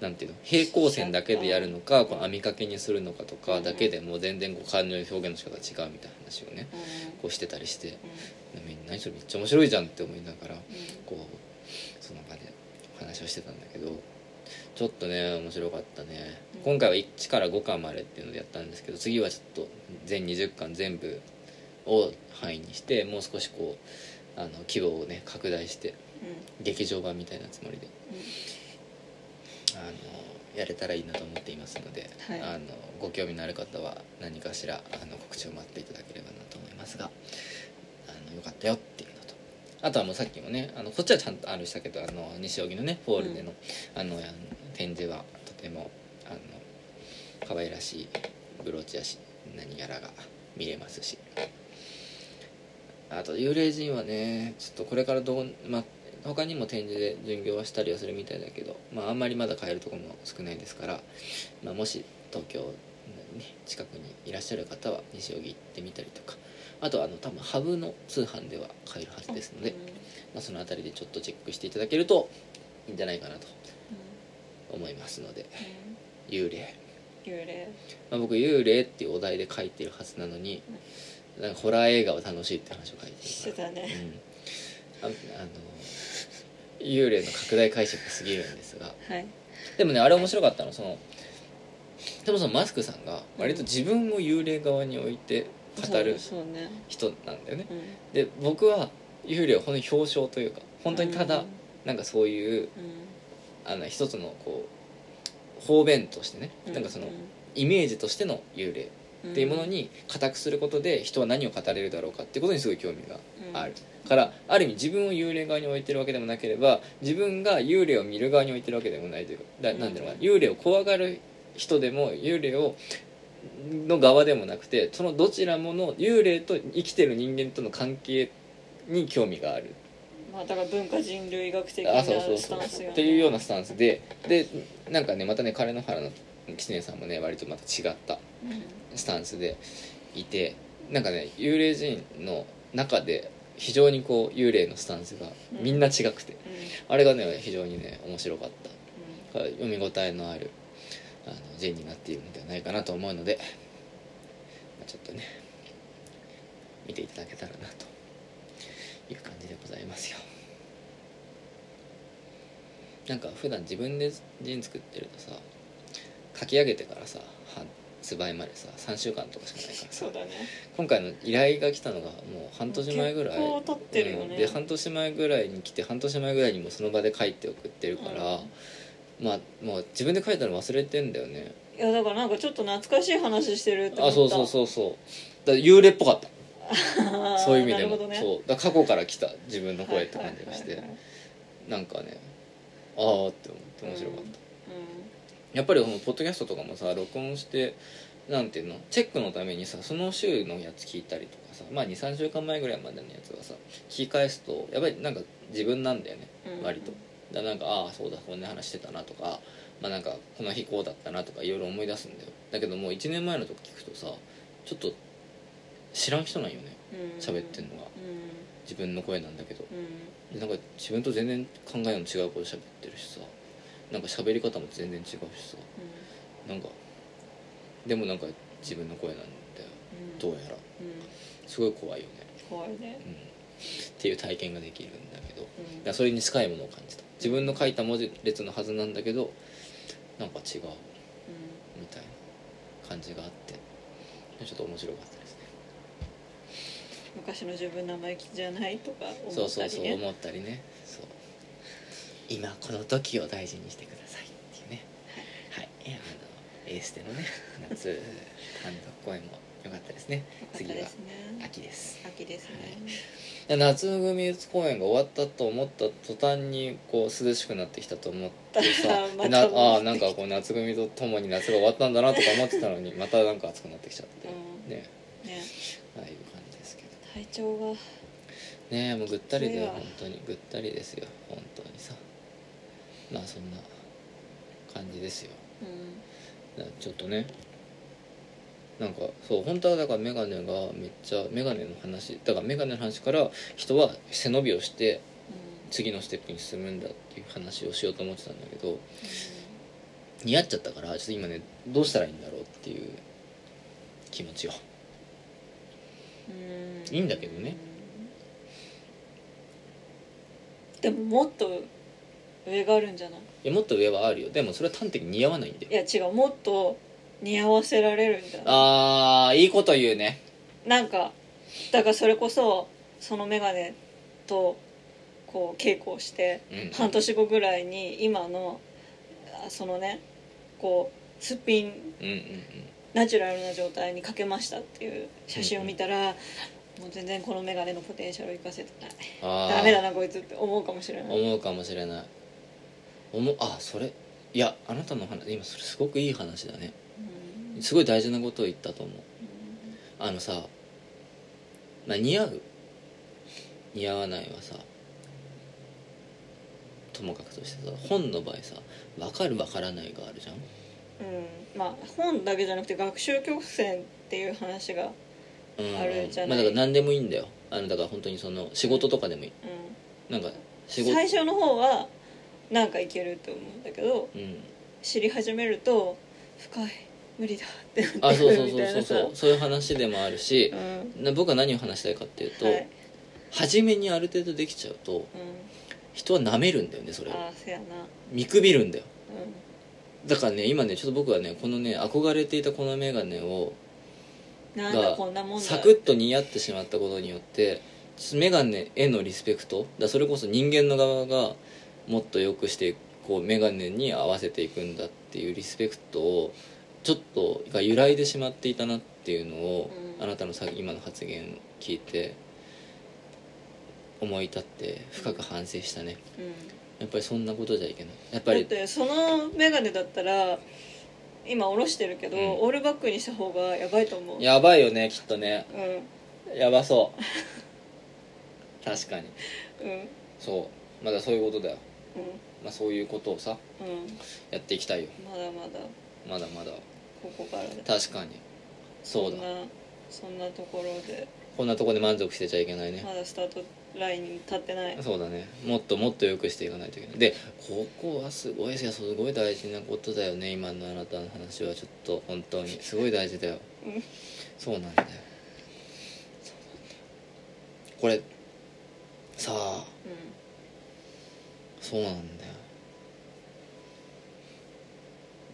A: なんていうの平行線だけでやるのかこう網掛けにするのかとかだけでもう全然こう感情の表現の仕方が違うみたいな話をね
B: うん、
A: こうしてたりして
B: うん
A: みんな何それめっちゃ面白いじゃんって思いながら
B: うん
A: こうその場でお話をしてたんだけどちょっとね面白かったね
B: うん
A: 今回は1から5巻までっていうのでやったんですけど次はちょっと全20巻全部を範囲にしてもう少しこうあの規模をね拡大して劇場版みたいなつもりで
B: うん
A: あのやれたらいいなと思っていますので、
B: はい
A: あのご興味のある方は何かしらあの告知を待っていただければなと思いますがあのよかったよっていうのとあとはもうさっきもねあのこっちはちゃんとあれしたけどあの西荻のねホールでの,、あのあの展示はとてもあの可愛らしいブローチやし何やらが見れますしあと幽霊人はねちょっとこれからどう、まあ、他にも展示で巡業はしたりはするみたいだけど、まあ、あんまりまだ買えるところも少ないですから、まあ、もし東京、ね、近くにいらっしゃる方は西荻行ってみたりとかあとはあの多分ハブの通販では買えるはずですので、まあ、その辺りでちょっとチェックしていただけるといいんじゃないかなと
B: う
A: 思いますので
B: んうん
A: 幽霊
B: 幽霊
A: まあ、僕幽霊っていうお題で書いてるはずなのになんかホラー映画は楽しいって話を書い
B: して
A: てるか
B: た
A: ら、
B: ね
A: うん、ああの幽霊の拡大解釈が過ぎるんですが
B: はい
A: でもねあれ面白かったのそのでもそのマスクさんが割と自分を幽霊側に置いて語る
B: そうそうね
A: 人なんだよね
B: うん
A: で僕は幽霊をほんとに表彰というか本当にた
B: う
A: だ
B: ん
A: なんかそういうあの一つのこう方便としてね
B: うん
A: なんかその
B: う
A: イメージとしての幽霊
B: ん
A: っていうものに固くすることで人は何を語れるだろうかってことにすごい興味がある
B: う、
A: からある意味自分を幽霊側に置いてるわけでもなければ自分が幽霊を見る側に置いてるわけでもないというかだなんていうのかな幽霊を怖がる人でも幽霊をの側でもなくてそのどちらもの幽霊と生きてる人間との関係に興味がある
B: んまあだから文化人類学的な
A: あそうそう
B: ス
A: そ
B: タ
A: う
B: ンスよね
A: っていうようなスタンスででなんかねまたね彼の原の知念さんもね割とまた違った
B: うん
A: スタンスでいてなんかね幽霊人の中で非常にこう幽霊のスタンスがみんな違くて、あれがね非常にね面白かっただから読み応えのあるあの人になっているのではないかなと思うので、まあ、ちょっとね見ていただけたらなという感じでございますよなんか普段自分で人作ってるとさ書き上げてからさは発売までさ3週間とかしかないからさ
B: そうだね
A: 今回の依頼が来たのがもう半年前ぐらい
B: 結構経ってるよ
A: うん
B: ね
A: で半年前ぐらいに来て半年前ぐらいにもうその場で書いて送ってるから、まあもう自分で書いたの忘れてんだよね
B: いやだからなんかちょっと懐かしい話してるって思
A: あ
B: った
A: そうそうそうそうだから幽霊っぽかった
B: う
A: そういう意味でも、
B: ね、
A: そうだから過去から来た自分の声って感じがし
B: はい
A: て
B: はいはいはい
A: なんかねああって思って面白かった、
B: うん
A: やっぱりこのポッドキャストとかもさ録音してなんていうのチェックのためにさその週のやつ聞いたりとかさまあ23週間前ぐらいまでのやつはさ聞き返すとやっぱりなんか自分なんだよね
B: うん
A: 割とだからなんかああそうだこんな話してたなとかまあなんかこの日こうだったなとかいろいろ思い出すんだよだけどもう1年前のとこ聞くとさちょっと知らん人なんよね
B: うん
A: 喋ってんのが
B: う
A: 自分の声なんだけど
B: んうん
A: なんか自分と全然考えの違うこと喋ってるしさなんか喋り方も全然違うしさなんかでもなんか自分の声なんだよ
B: うん
A: どうやら
B: うん
A: すごい怖いよね、
B: 怖いね
A: うん、っていう体験ができるんだけどだか
B: うん
A: らそれに近いものを感じた自分の書いた文字列のはずなんだけどなんか違う
B: う
A: みたいな感じがあってちょっと面白かったですね
B: ん昔の自分生意気じゃないとか
A: そ
B: 思
A: う
B: っ
A: そ
B: た
A: う
B: り
A: そう
B: ね
A: 思ったりねそう今この時を大事にしてくださいっていうねはいえあのエースでのね
B: *laughs*
A: 夏単独公演も良かったですね
B: よかった
A: 次は
B: ですね
A: 秋です
B: 秋ですね
A: で夏組公演が終わったと思った途端にこう涼しくなってきたと思ってさ
B: *laughs* また
A: でなああなんかこう夏組とともに夏が終わったんだなとか思ってた
B: *laughs*
A: のにまたなんか暑くなってきちゃって、
B: うん
A: ね
B: ね
A: ああいう感じですけど
B: 体調が
A: ねえもうぐったりだよ
B: それは
A: 本当にぐったりですよ本当にさまあそんな感じですよ
B: うん
A: だからちょっとねなんかそう本当はだからメガネがめっちゃメガネの話だからメガネの話から人は背伸びをして次のステップに進むんだっていう話をしようと思ってたんだけど似合っちゃったからちょっと今ねどうしたらいいんだろうっていう気持ちよ
B: うん
A: いいんだけどね
B: でももっと上があるんじゃない
A: いやもっと上はあるよでもそれは端的に似合わないんだ
B: い
A: よ
B: や違うもっと似合わせられるんじゃない
A: あーいいこと言うね
B: なんかだからそれこそその眼鏡とこう稽古をして
A: うん
B: 半年後ぐらいに今のあそのねこうすっぴん
A: うんうんうん
B: ナチュラルな状態にかけましたっていう写真を見たら、もう全然この眼鏡のポテンシャルを生かせてない
A: あー
B: ダメだなこいつって思うかもしれない
A: 思うかもしれない思うあそれいやあなたの話今それすごくいい話だね
B: うん
A: すごい大事なことを言ったと思うあのさ、まあ、似合う似合わないはさともかくとしてさ本の場合さ分かる分からないがあるじゃん
B: うん、まあ本だけじゃなくて学習曲線っていう話が、
A: うん
B: あるじゃない
A: まあだから何でもいいんだよあのだから本当にその仕事とかでもいい
B: うん、
A: なんか仕事
B: 最初の方はなんかいけると思うんだけど
A: うん
B: 知り始めると深い無理だってな
A: あ
B: って
A: そう
B: くる
A: そう
B: み
A: そう
B: たい
A: そう
B: なさ
A: そうそういう話でもあるし
B: う、ん
A: な僕は何を話したいかっていうと、
B: はい
A: 初めにある程度できちゃうと
B: う
A: 人は舐めるんだよねそれ
B: ん、
A: を
B: ああせやな
A: 見くびるんだよ
B: うん
A: だからね今ねちょっと僕はねこのね憧れていたこの眼鏡を
B: なんだこんなもんだ
A: サクッと似合ってしまったことによって眼鏡へのリスペクトだからそれこそ人間の側がもっと良くしてこう眼鏡に合わせていくんだっていうリスペクトをちょっとが揺らいでしまっていたなっていうのを、
B: うん
A: あなたのさ今の発言を聞いて思い立って深く反省したね、
B: うん
A: やっぱりそんなことじゃいけないやっぱ
B: だっ
A: り
B: てその眼鏡だったら今下ろしてるけど、
A: うん
B: オールバックにした方がやばいと思う
A: やばいよねきっとね
B: うん
A: やばそう確かに
B: うん
A: そうまだそういうことだよ
B: う
A: まあ、そういうことをさ
B: んうん
A: やっていきたいよ
B: まだまだ
A: まだまだ
B: ここからだ
A: 確かにそうだ
B: んなそんなところで
A: こんなとこで満足してちゃいけないね
B: まだスタートラインに立ってない
A: そうだねもっともっと良くしていかないといけないでここはすごいいやすごい大事なことだよね今のあなたの話はちょっと本当にすごい大事だよ
B: うん
A: そうなんだよそうなんだよこれさあ
B: う
A: そうなんだよ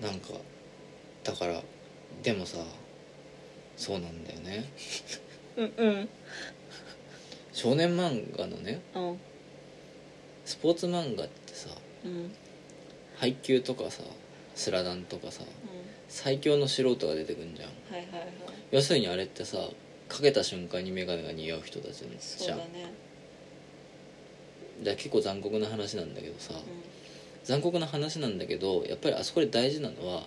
A: なんかだからでもさそうなんだよね
B: んうん
A: 少年漫画のね
B: うんうん
A: スポーツ漫画ってさ
B: うん
A: 配球とかさスラダンとかさ最強の素人が出てくんじゃん
B: はいはいはい
A: 要するにあれってさかけた瞬間に眼鏡が似合う人たち
B: そう
A: じゃ
B: だ
A: ん
B: ね
A: だから結構残酷な話なんだけどさ、
B: う
A: 残酷な話なんだけどやっぱりあそこで大事なのは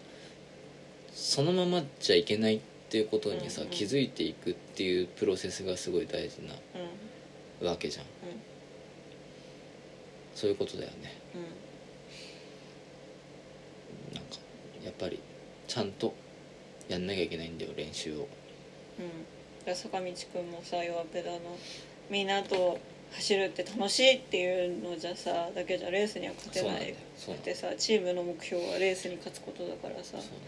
A: そのままじゃいけないっていうことにさ、
B: うんうん
A: 気づいていくっていうプロセスがすごい大事
B: んうん
A: なわけじゃんそういうことだよね
B: うん
A: なんかやっぱりちゃんとやんなきゃいけないんだよ練習を
B: うんうん坂道くんもさ弱ペダのみんなと走るって楽しいっていうのじゃさだけじゃレースには勝て
A: そうなん
B: な
A: だ
B: い
A: よそうなんだ
B: で
A: よ
B: さチームの目標はレースに勝つことだからさ
A: そうなんだよね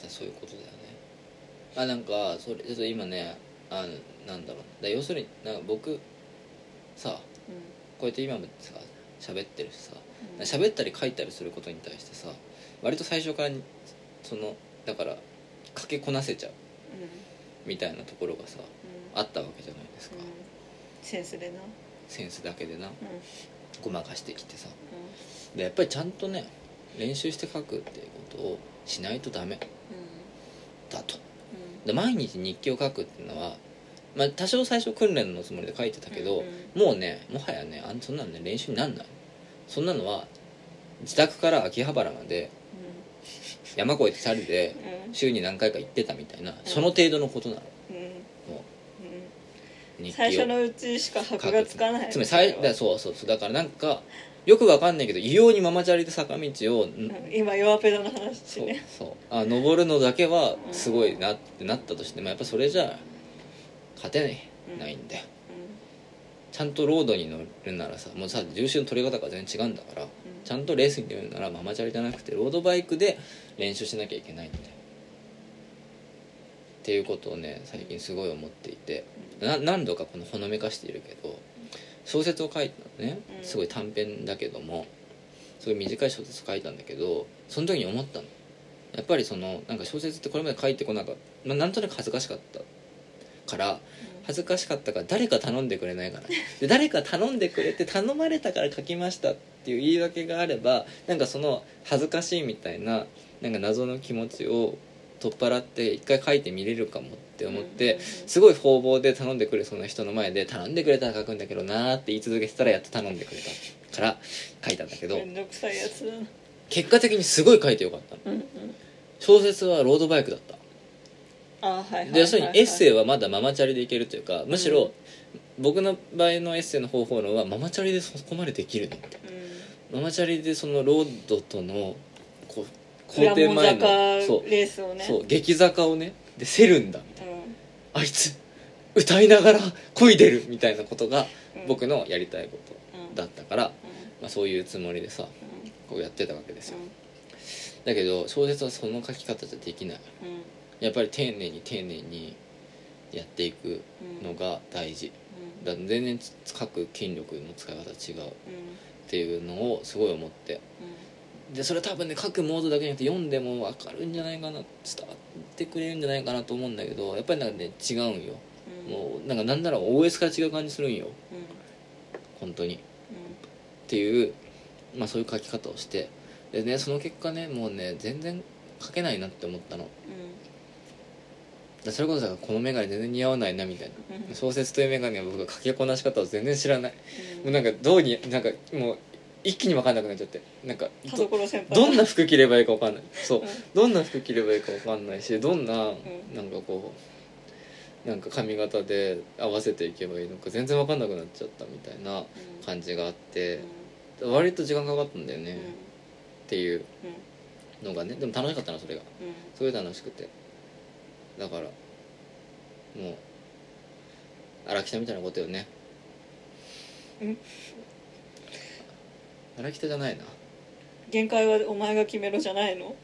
A: じゃあそういうことだよねあなんかそれちょっと今ねあなんだろうだから要するになんか僕さ
B: う
A: こうやって今もさ喋ってるしさ
B: んうん
A: 喋ったり書いたりすることに対してさ割と最初からにそのだからかけこなせちゃう
B: うんうん
A: みたいなところがさあったわけじゃないですか、
B: うんセンスでな
A: センスだけでな
B: うんうん
A: ごまかしてきてさでやっぱりちゃんとね練習して書くっていうことをしないとダメだと
B: うん
A: で毎日日記を書くっていうのは、まあ、多少最初訓練のつもりで書いてたけど、
B: うん
A: もうねもはやねあんそんなのね練習になんないそんなのは自宅から秋葉原まで山越えて2人で
B: うんうん
A: 週に何回か行ってたみたいなその程度のことなの
B: うん
A: も
B: う
A: うん日記を
B: 最初のうちしか箔がつかない
A: つまり最だそうそうそうだからなんかよくわかんないけど異様にママチャリで坂道を
B: 今弱ペダの話
A: そう
B: ね
A: そうあ登るのだけはすごいなってなったとしてもやっぱそれじゃ勝てない,、
B: うん
A: ないんだよちゃんとロードに乗るならさもうさ重心の取り方が全然違うんだからちゃんとレースに出るならママチャリじゃなくてロードバイクで練習しなきゃいけないんだよっていうことをね最近すごい思っていてな何度かこのほのめかしているけど小説を書いたのね
B: うん
A: すごい短編だけどもすごい短い小説を書いたんだけどその時に思ったのやっぱりそのなんか小説ってこれまで書いてこなかった、まあ、なんとなく恥ずかしかったから恥ずかしかったから誰か頼んでくれないからで誰か頼んでくれて頼まれたから書きましたっていう言い訳があればなんかその恥ずかしいみたいななんか謎の気持ちを取っ払って一回書いてみれるかもって思って、すごい方々で頼んでくれそうな人の前で頼んでくれたら書くんだけどなーって言い続けてたらやっと頼んでくれたから書いたんだけ
B: うん
A: ど
B: めんどくさいやつだな
A: 結果的にすごい書いてよかったの
B: うんうん
A: 小説はロードバイクだった
B: あはいはいはいはい
A: で要するにエッセイ
B: イ
A: はまだママチャリでいけるというかむしろ僕の場合のエッセイの方法論はママチャリでそこまでできるのママチャリでそのロードとのこう
B: フラ
A: 校
B: モ
A: 庭
B: ン
A: 前
B: 坂
A: のそう
B: レースをね
A: そう激坂をねでせるんだ
B: う
A: あいつ歌いながら漕いでるみたいなことが
B: ん
A: 僕のやりたいこと
B: うん
A: だったから、
B: うん
A: まあ、そういうつもりでさ
B: う
A: こうやってたわけですよ
B: ん
A: だけど小説はその書き方じゃできない
B: うんうん
A: やっぱり丁寧に丁寧にやっていくのが大事
B: うん
A: だから全然つ書く筋力の使い方違うっ
B: うん
A: ていうのをすごい思ってでそれ多分ね書くモードだけじゃなくて読んでも分かるんじゃないかな伝わってくれるんじゃないかなと思うんだけどやっぱりなんかね違うんよ
B: うん
A: もうなんかなんなら OS から違う感じするんよ
B: うんうん
A: 本当にっていう、まあ、そういう書き方をしてでねその結果ねもうね全然書けないなって思ったのだそれこそさこの眼鏡全然似合わないなみたいな
B: うんうん
A: 小説という眼鏡は僕が書きこなし方を全然知らないもうなんかどうになんかもう一気に分かんなくなっちゃってなんか
B: 田
A: ど
B: 所先輩
A: どんな服着ればいいか分かんないそう
B: うん
A: どんな服着ればいいか分かんないしどんななんかこうなんか髪型で合わせていけばいいのか全然分かんなくなっちゃったみたいな
B: うん
A: 感じがあっ
B: う
A: て
B: ん
A: 割と時間かかったんだよね
B: うん
A: っていう
B: うん
A: のがねでも楽しかったなそれが
B: うん
A: すごい楽しくてだからもう荒北みたいなことよね
B: うん
A: 荒北じゃないな
B: 限界はお前が決めろじゃないの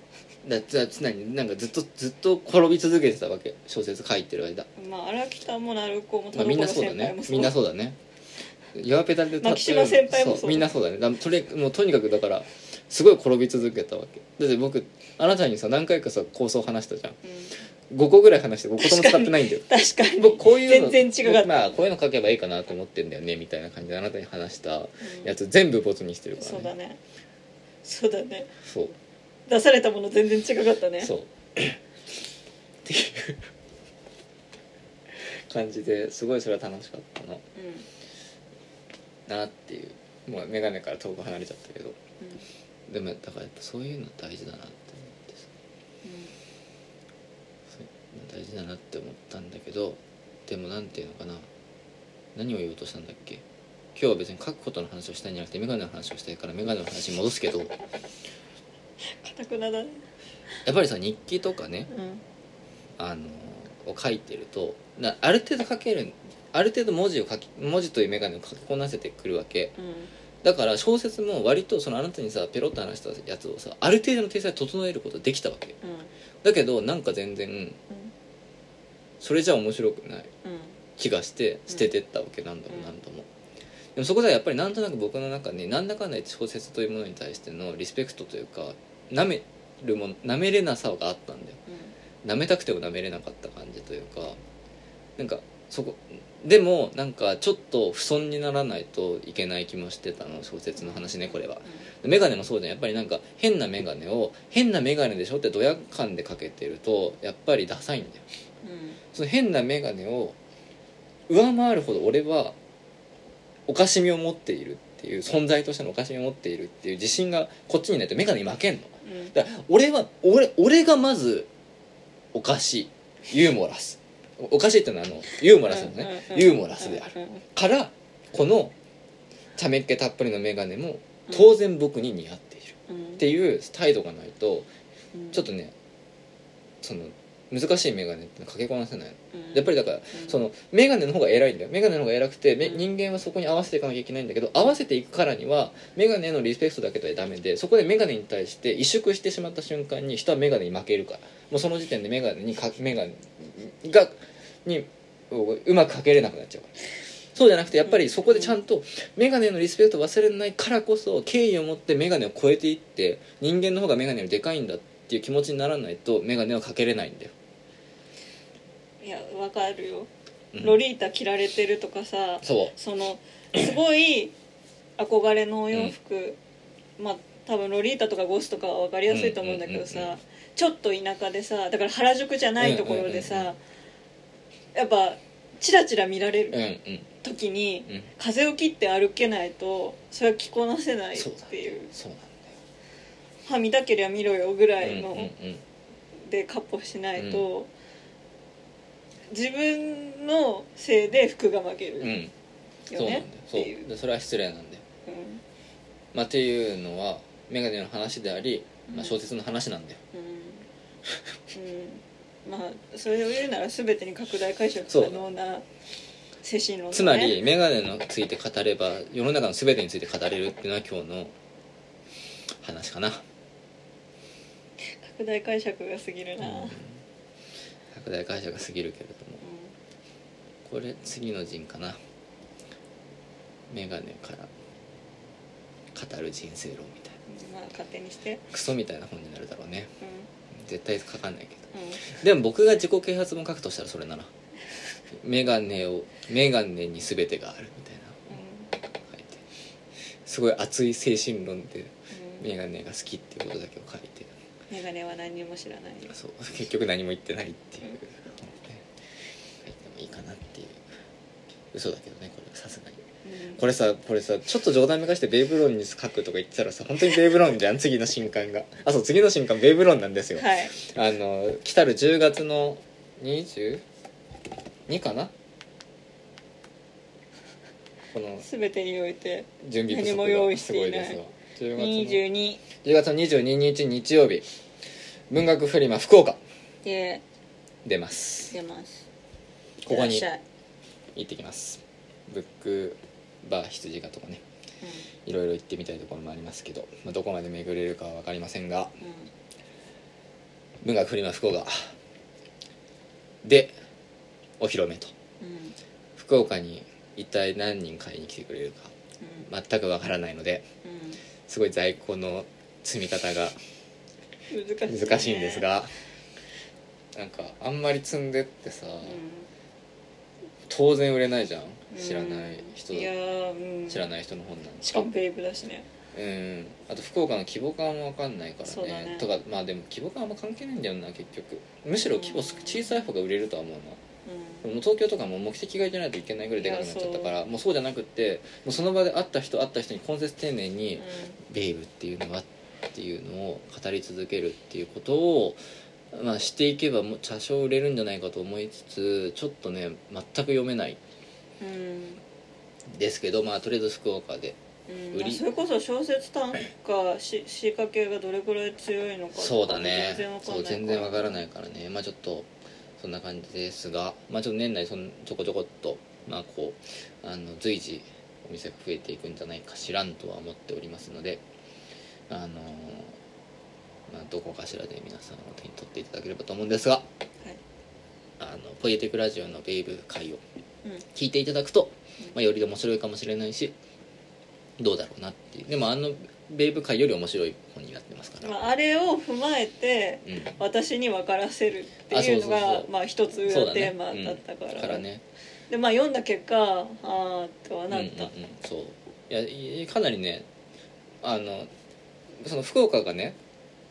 A: だつ常になんかずっとずっと転び続けてたわけ小説書いてる間、
B: まあ荒北も鳴子も田
A: まあ、みん
B: 所
A: なそうだ
B: 先輩
A: ね
B: もそう
A: みんなそうだね弱ペダルで
B: 牧島先輩もそう
A: みんなそうだねだとりもうとにかくだからすごい転び続けたわけだって僕あなたにさ何回かさ構想話したじゃん
B: うん
A: 5個ぐらい話して5個とも使ってないんだよ
B: 確かに
A: 僕こういうの
B: 全然違かった
A: まあこういうの書けばいいかなと思ってんだよねみたいな感じであなたに話した
B: うん
A: やつ全部ボツにしてるからね
B: そうだねそうだね
A: そう
B: 出されたもの全然違かったね
A: そうっていう感じですごいそれは楽しかったの
B: うんうん
A: なっていうもう眼鏡から遠く離れちゃったけどでもだからやっぱそういうの大事だなって思ってさそういうの大事だなって思ったんだけどでもなんていうのかな何を言おうとしたんだっけ今日は別に書くことの話をしたいんじゃなくて眼鏡の話をしたいから眼鏡の話に戻すけど
B: かたくなだね
A: やっぱりさ日記とかね
B: うん
A: あのを書いてるとなある程度書けるある程度文字を書き文字という眼鏡を書きこなせてくるわけ
B: うん
A: だから小説も割とそのあなたにさペロッと話したやつをさある程度の体裁を整えることできたわけ
B: うん
A: だけどなんか全然それじゃ面白くない
B: うん
A: 気がして捨ててったわけなんだも
B: うん
A: 何度も。でもそこではやっぱりなんとなく僕の中になんだかんだ言って小説というものに対してのリスペクトというかなめるもなめれなさがあったんだよ舐めたくても舐めれなかった感じというかなんかそこでもなんかちょっと不損にならないといけない気もしてたの小説の話ねこれは眼鏡もそうじゃんやっぱりなんか変な眼鏡を変な眼鏡でしょってドヤ感でかけてるとやっぱりダサいんだよ
B: うん
A: その変な眼鏡を上回るほど俺はおかしみを持っているっていう存在としてのおかしみを持っているっていう自信がこっちにないと眼鏡に負けんの
B: うん
A: だから俺は俺俺がまずおかしいユーモラスおおかしいってのはあのユーモラスのね
B: うんうん
A: ユーモラスである
B: うんうん
A: からこのためっ気たっぷりの眼鏡も当然僕に似合っている
B: うん
A: っていう態度がないと
B: うん
A: ちょっとねその難しい眼鏡ってのはかけこなせないの
B: うん
A: やっぱりだから
B: うん
A: その眼鏡の方が偉いんだよ眼鏡の方が偉くてめ
B: うん
A: 人間はそこに合わせていかなきゃいけないんだけど合わせていくからには眼鏡へのリスペクトだけではダメでそこで眼鏡に対して萎縮してしまった瞬間に人は眼鏡に負けるからもうその時点で眼鏡にか眼鏡がにうまくかけれなくなっちゃうからそうじゃなくてやっぱりそこでちゃんと眼鏡へのリスペクトを忘れないからこそ敬意を持って眼鏡を超えていって人間の方が眼鏡よりでかいんだっていう気持ちにならないと眼鏡はかけれないんだよ、
B: いやわかるよ
A: うん
B: ロリータ着られてるとかさ
A: そう
B: そのすごい憧れのお洋服、まあ多分ロリータとかゴスとかは分かりやすいと思うんだけどさ、
A: うんうんうんうん
B: ちょっと田舎でさだから原宿じゃないところでさ、
A: うんうんうん
B: やっぱチラチラ見られ
A: うん
B: る
A: うん
B: 時に、
A: うん
B: 風を切って歩けないとそれは着こなせないっ
A: そうだ
B: ていう
A: そうなんだよ
B: 歯見たけりゃ見ろよぐら
A: うん
B: いの、
A: うんうん
B: でカッポしないと、自分のせいで服が負ける
A: う
B: よ
A: ん
B: ね、
A: そうなんだよ
B: っ
A: そう
B: ていう。
A: でそれは失礼なんだよ、まあ、っていうのはメガネの話であり、まあ、小説の話なんだよ、
B: うんうん、まあそれを言うなら全てに拡大解釈可能な精神論だね
A: つまりメガネについて語れば世の中の全てについて語れるっていうのは今日の話かな、
B: 拡大解釈が過ぎるな、うん
A: うん拡大解釈が過ぎるけれどもこれ次の陣かなメガネから語る人生論みたい
B: まあ勝手にして
A: なクソみたいな本になるだろうね
B: う
A: 絶対書かないけど
B: んうん
A: でも僕が自己啓発本書くとしたらそれなら眼鏡を眼鏡に全てがあるみたいな書いてすごい熱い精神論で
B: うん、うん
A: 眼鏡が好きっていうことだけを書いて
B: メガネは何にも知らないよ
A: そう結局何も言ってないっていう書いてもいいかなっていう嘘だけどねこれさすがに
B: うん
A: これさこれさちょっと冗談めかしてベイブロンに書くとか言ってたらさ本当にベイブロンじゃん次の新刊があそう次の新刊ベイブロンなんですよ
B: はい
A: あの来たる10月の22かなこの
B: 全てにおいて
A: 準備不
B: 何も
A: 足
B: 用
A: が
B: 意し
A: す
B: て
A: ご
B: い
A: い
B: ない
A: ですわ10月
B: 22
A: の10月の22日日曜日文学フリマ福岡
B: で
A: 出ます
B: 出ます
A: ここに
B: いらっしゃい
A: 行ってきますブックバー羊がとかねいろいろ行ってみたいところもありますけど、まあ、どこまで巡れるかは分かりませんが
B: うんうん
A: 文学フリマ福岡でお披露目と
B: うんうん
A: 福岡に一体何人買いに来てくれるか全くわからないので
B: うん
A: すごい在庫の積み方が
B: 難しいね
A: 難しいんですが、なんかあんまり積んでってさ、
B: う
A: 当然売れないじゃん
B: ん
A: 知らない人
B: いやー、うん、
A: 知らない人の本なんて
B: しかもベイブだしね
A: うんあと福岡の規模感もわかんないから
B: そうだ
A: ね
B: ね
A: とかまあでも規模感あんま関係ないんだよな結局むしろ規模小さい方が売れるとは思うな
B: うん
A: もう東京とかも目的がいてないといけないぐらいでかくなっちゃったからもうそうじゃなくってもうその場で会った人会った人に根節丁寧に、ベイブっていうのはっていうのを語り続けるっていうことを、まあ、していけばもう多少売れるんじゃないかと思いつつちょっとね全く読めない
B: うん
A: ですけどまあとりあえず福岡で
B: うん
A: 売り
B: まあそれこそ小説短歌し詩歌系がどれくらい強いのか
A: そうだね
B: 全然わかん
A: そ
B: な
A: う
B: い
A: 全然わからないからねまあちょっとそんな感じですがまあちょっと年内そんちょこちょこっとまあこうあの随時お店が増えていくんじゃないかしらんとは思っておりますのであのーまあどこかしらで皆さんお手に取っていただければと思うんですが、あのポエティックラジオのベイブ会を
B: うん
A: 聞いていただくと、まあ、より面白いかもしれないしどうだろうなっていうでもあのベイブ会より面白い本になってますから、
B: まあ、あれを踏まえて
A: うん
B: 私に分からせるっていうのが
A: あそうそうそう
B: まあ一つ
A: そうだ
B: 裏
A: ね
B: テーマだったから,、
A: うんからね
B: でまあ読んだ結果ああとはなっ
A: うん
B: た
A: うんうんそういやいかなりねあのその福岡がね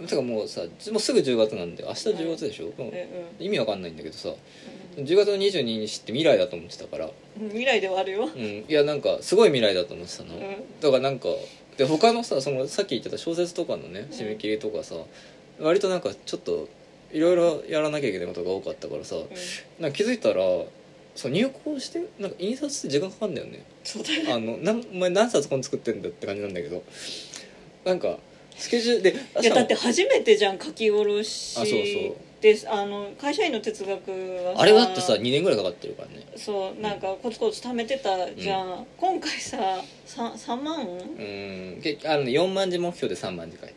A: てかもうさもうすぐ10月なんで明日10月でしょ、うん
B: え
A: 意味わかんないんだけどさ
B: うん
A: 10月の22日って未来だと思ってたから、
B: うん未来ではあるよ、
A: うん、いやなんかすごい未来だと思ってたの、
B: うん
A: だからなんかで他のさそのさっき言ってた小説とかのね締め切りとかさ、割となんかちょっといろいろやらなきゃいけないことが多かったからさ、
B: うん
A: なんか気づいたらそう入稿してなんか印刷して時間かかんだよね
B: そうだよ
A: あのなんお前何冊本作ってんだって感じなんだけどなんかスケジュールで
B: いや
A: しか
B: だ
A: も
B: って初めてじゃん書き下ろし
A: あそうそう
B: ですあの会社員の哲学は
A: あれだってさ2年ぐらいかかってるからね
B: そうなんかコツコツ貯めてたじゃん、今回さ 3, 3万、うん
A: うーんけあの、ね、4万字目標で3万字書い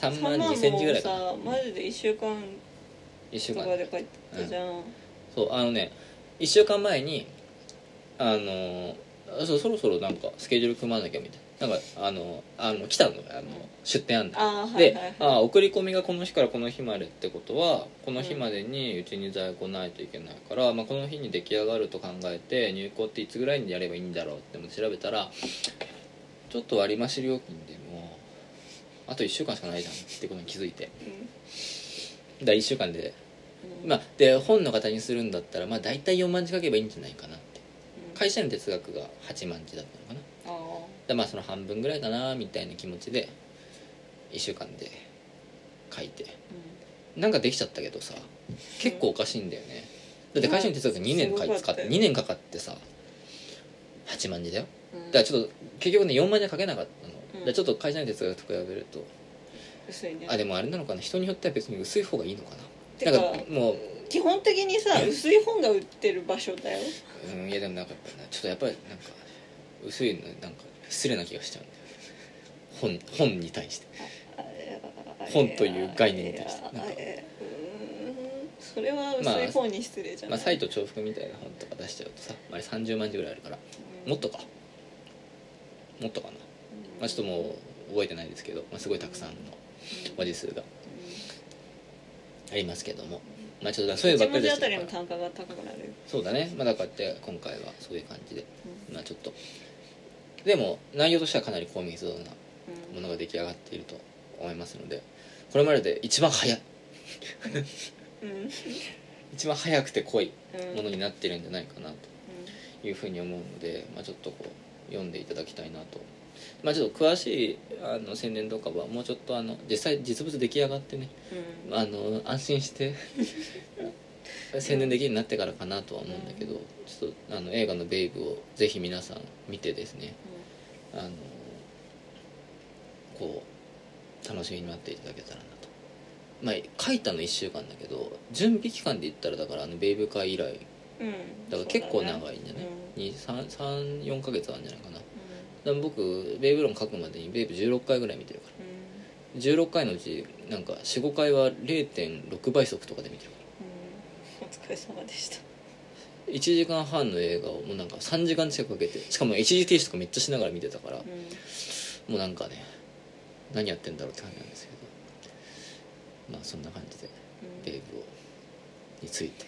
A: た3万2千字ぐらいかな
B: もさマジで1週間
A: 1週
B: と
A: 間
B: かで書いてたじゃん、
A: そうあのね1週間前にあのーあそうそろそろなんかスケジュール組まなきゃみたいななんかあのあの来たのよあの出店あんだ
B: あーはい
A: で
B: はいはい、
A: あー送り込みがこの日からこの日までってことはこの日までにうちに在庫ないといけないから、まあ、この日に出来上がると考えて入稿っていつぐらいにやればいいんだろうっても調べたらちょっと割増料金でもあと1週間しかないじゃんってことに気づいてだから1週間で
B: うん
A: まあで本の形にするんだったらまあ大体4万字書けばいいんじゃないかなって
B: うん
A: 会社員の哲学が8万字だったのかな
B: あー
A: でまあその半分ぐらいだなみたいな気持ちで1週間で書いてなんかできちゃったけどさ結構おかしいんだよねだって会社員の哲学2年か
B: う
A: 使
B: ん
A: って
B: すごかったよ
A: 2年かかってさ8万字だよ
B: うんうん
A: だからちょっと結局ね4万字は書けなかったの、
B: うん
A: だからちょっと会社員の哲学と比べると
B: 薄いね
A: あでもあれなのかな人によっては別に薄い方がいいのか
B: て
A: な
B: か
A: なんかもう
B: 基本的にさ薄い本が売ってる場所だよ
A: うんいやでもなんかやっぱなちょっとやっぱりなんか薄いのなんか失礼な気がしちゃうんだよね本本に対して本という概念に対して
B: いや
A: なんか
B: えーうーんそれは薄い本に失礼じゃ
A: ま
B: な
A: あ
B: い、
A: サイト重複みたいな本とか出しちゃうとさあれ30万字ぐらいあるからもっとかもっとかな、まあ、ちょっともう覚えてないですけど、まあ、すごいたくさんの文字数がありますけどもまあちょっとだからそういうのばっか
B: 1
A: り
B: 文字
A: で
B: あ
A: したた
B: り
A: か
B: の
A: ら
B: 単価が高くなる
A: そうだねまあだからって今回はそういう感じでまあちょっとでも内容としてはかなり高密度な
B: うん
A: ものが出来上がっていると思いますのでこれまでで一番早い
B: うん
A: 一番早くて濃い
B: うん
A: ものになってるんじゃないかなというふうに思うので、まあ、ちょっとこう読んでいただきたいなと、まあ、ちょっと詳しいあの宣伝とかはもうちょっとあの実際実物出来上がってね
B: うん
A: あの安心して
B: *laughs*
A: 宣伝できるようになってからかなとは思うんだけど、ちょっとあの映画の「ベイブ」をぜひ皆さん見てですねあのこう楽しみに待っていただけたらなとまあ書いたの1週間だけど準備期間で言ったらだからあのベイブ会以来
B: うんうん
A: だから結構
B: そうだね
A: 長いんじゃない、234ヶ月あるんじゃないかな
B: う
A: でも僕ベイブ論書くまでにベイブ16回ぐらい見てるか
B: んうん
A: ら16回のうちなんか45回は0.6倍速とかで見てるか
B: うんお疲れ様でした
A: ら1時間半の映画をもうなんか3時間近くかけてしかも一時停止とかめっちゃしながら見てたから、
B: うん
A: もうなんかね何やってんだろうって感じなんですけどまあそんな感じで
B: うん
A: ベイブをについて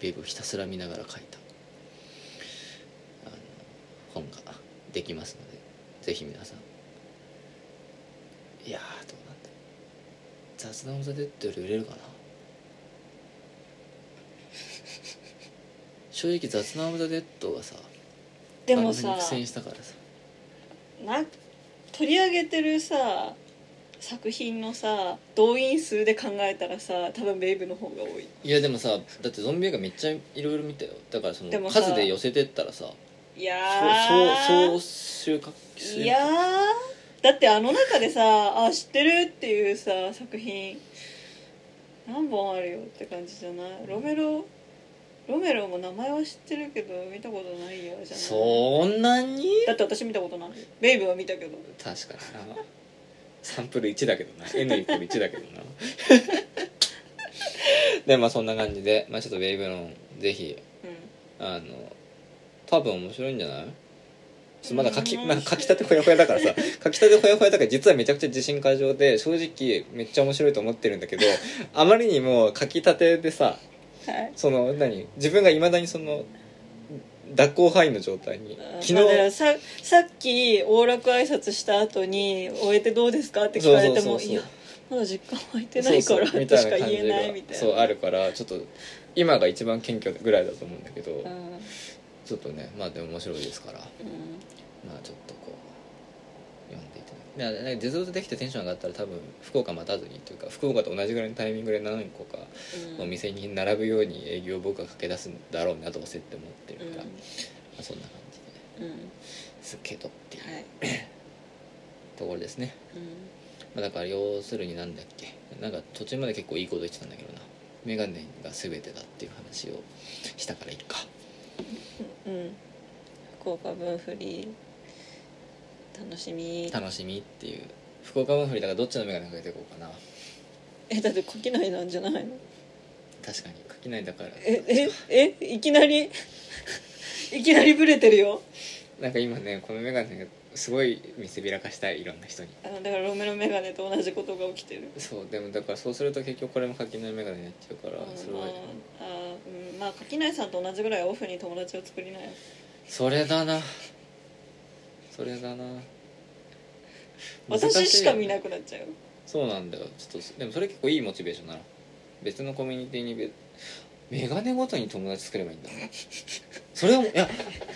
A: ベイブをひたすら見ながら書いたあの本ができますのでぜひ皆さんいやーどうなんだ雑談をザ・デッドより売れるかな *laughs* 正直雑談オブザ・デッドがさ
B: でもさ
A: 完全に苦戦したからさ
B: な取り上げてるさ作品のさ動員数で考えたらさ多分ベイブの方が多い
A: いやでもさだってゾンビ映画めっちゃいろいろ見たよだからそ
B: で
A: の
B: もさ
A: 数で寄せてったらさ
B: いや
A: そう
B: ー
A: そう収穫
B: いやーだってあの中でさあ知ってるっていうさ作品何本あるよって感じじゃないロメロロメロも名前は知ってるけど見たことないよじゃない
A: そんなに
B: だって私見たことないベイブは見たけど
A: 確かになサンプル1だけどな N イコール1だけど
B: *laughs*
A: なでまあそんな感じで、まあ、ちょっとベイブロンぜひ
B: う
A: あの多分面白いんじゃないちょまだ書き
B: うん
A: まあ書きたてほやほやだからさ書きたてほやほやだから実はめちゃくちゃ自信過剰で正直めっちゃ面白いと思ってるんだけどあまりにも書きたてでさ
B: んはい
A: その何自分がいまだにその脱行範囲の状態に昨日
B: まあだからささっき往楽挨拶した後に「終えてどうですか?」って聞かれ
A: そ
B: ても「
A: うそうそうそう
B: いやまだ実家湧いてないか
A: そう
B: ら」
A: そうみ
B: と
A: た
B: し
A: い
B: か
A: な感じ
B: 言えないみた
A: が
B: いな
A: そうあるからちょっと今が一番謙虚ぐらいだと思うんだけど、
B: うん
A: ちょっとねまあでも面白いですからま
B: うん
A: あちょっとこう読んでいただいやなんか実物できてテンション上がったら多分福岡待たずにというか福岡と同じぐらいのタイミングで何個か
B: う
A: お
B: ん
A: 店に並ぶように営業を僕は駆け出すんだろうなどうせって思って
B: う
A: る
B: ん
A: から、まあ、そんな感じ
B: うん
A: ですけどっていう
B: はい
A: ところですね、
B: うん
A: まあ、だから要するになんだっけなんか途中まで結構いいこと言ってたんだけどなメガネが全てだっていう話をしたからいっか
B: うん福岡分フリー楽しみ
A: 楽しみっていう福岡文振りだからどっちのメガネかけていこうかな
B: えだってこきないなんじゃないの
A: 確かに書きないだから
B: えええいきなり *laughs* いきなりブレてるよ
A: なんか今ねこのメガネがすごい見せびらかしたいいろんな人に
B: あのだからロメロメガネと同じことが起きてる
A: そうでもだからそうすると結局これも垣根メガネになっちゃうから
B: うん
A: それは
B: まああーうんまあ垣内さんと同じぐらいオフに友達を作りなよ
A: それだなそれだな
B: 私しか見
A: い
B: な
A: よね
B: くなっちゃう
A: そうなんだよちょっとでもそれ結構いいモチベーションなの別のコミュニティにべメガネごとに友達作ればいいんだそれをいや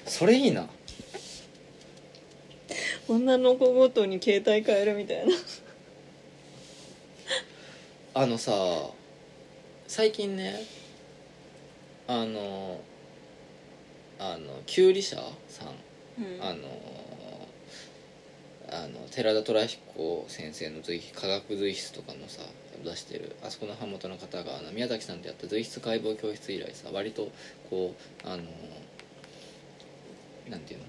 A: それいいな
B: 女の子ごとに携帯変えるみたいな
A: あのさ最近ねあのあのキュウリ社さん
B: うん
A: あのあの寺田虎彦先生の随筆科学随筆とかのさ出してるあそこの版元の方があの宮崎さんでやった随筆解剖教室以来さ割とこうあのなんていうの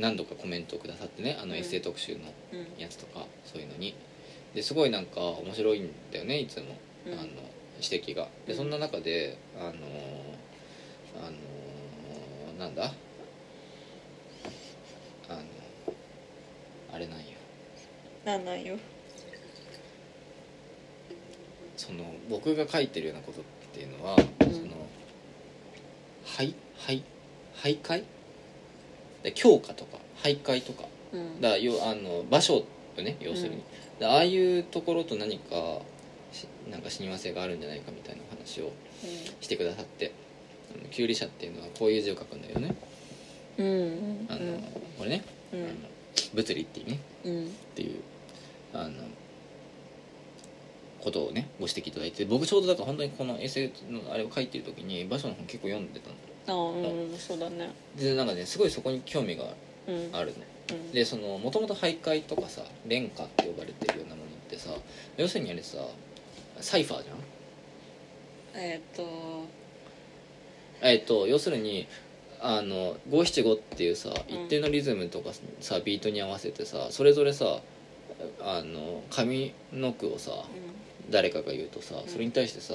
A: 何度かコメントをくださってねあの
B: うん
A: エッセイ特集の
B: うん
A: やつとか、そういうのにですごいなんか面白いんだよねいつもあ
B: うん
A: の指摘がで
B: うん
A: そんな中であのーあのーなんだあのあれなんよ
B: なんなんよ
A: その僕が書いてるようなことっていうのは、
B: ん
A: そのはいはい徘徊で強化とか徘徊とか
B: うん
A: だよあの場所よね要するに、でああいうところと何かしなんか親和性があるんじゃないかみたいな話をしてくださってあのキュウリ社っていうのはこういう字を書くんだよね
B: うんうん
A: あの、これね、
B: う
A: あの
B: ん
A: 物理っていうね
B: うん
A: っていうあのことをねご指摘いただいて僕ちょうどだから本当にこのエッセイのあれを書いてる時に場所の本結構読んでたの
B: あうんそうだね
A: でなんかねすごいそこに興味が
B: うんうん
A: あるのでそのもともと徘徊とかさ廉価って呼ばれてるようなものってさ要するにあれさサイファーじゃん
B: えっと
A: えっと要するにあの五七五っていうさ
B: うん
A: 一定のリズムとかさビートに合わせてさそれぞれさあの上の句をさ誰かが言うとさ
B: ん
A: それに対してさ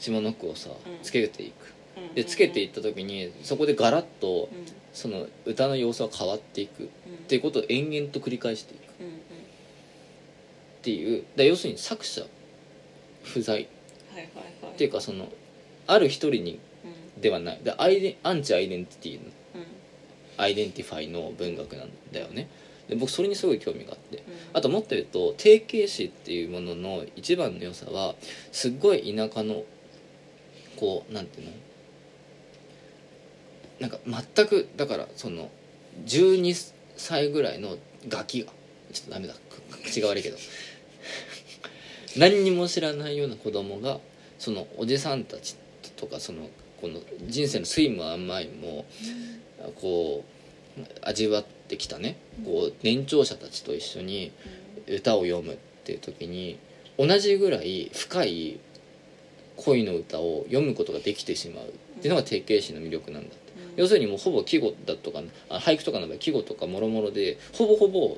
A: 下の句をさ
B: うん
A: つけていく
B: うん
A: でつけていった時にそこでガラッと
B: うん
A: その歌の様子は変わっていくっ
B: うん
A: ていうことを延々と繰り返していくっ
B: うんうん
A: ていうだ要するに作者不在
B: はいはいはい
A: っていうかそのある一人に
B: うん
A: ではないでアイデンアンチアイデンティティの
B: うん
A: アイデンティファイの文学なんだよねで僕それにすごい興味があって
B: うん
A: あともっと言うと定型詩っていうものの一番の良さはすっごい田舎のこうなんていうのなんか全くだからその12歳ぐらいのガキがちょっとダメだ口が悪いけど何にも知らないような子供がそのおじさんたちとかそのこの人生の酸いも甘いもこう味わってきたねこう年長者たちと一緒に歌を読むっていう時に同じぐらい深い恋の歌を読むことができてしまうっていうのが定型詩の魅力なんだって
B: うん
A: 要するにもうほぼ季語だとかあ俳句とかの場合季語とかもろもろでほぼほぼ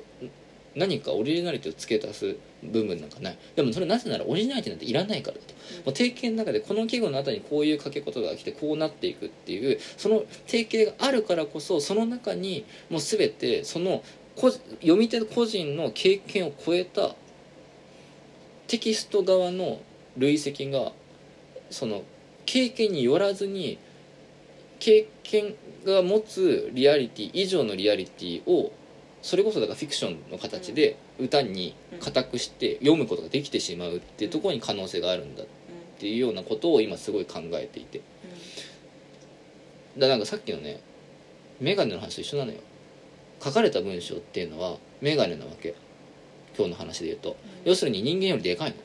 A: 何かオリジナリティを付け足す部分なんかないでもそれなぜならオリジナリティなんていらないからだと
B: うん
A: もう定型の中でこの季語の後にこういう書け言葉が来てこうなっていくっていうその定型があるからこそその中にもう全てその個読み手個人の経験を超えたテキスト側の累積がその経験によらずに経験が持つリアリティ以上のリアリティをそれこそだからフィクションの形で歌に固くして読むことができてしまうっていうところに可能性があるんだっていうようなことを今すごい考えていてだなんかさっきのねメガネの話と一緒なのよ書かれた文章っていうのはメガネなわけ今日の話で言うと
B: うん
A: 要するに人間よりでかいの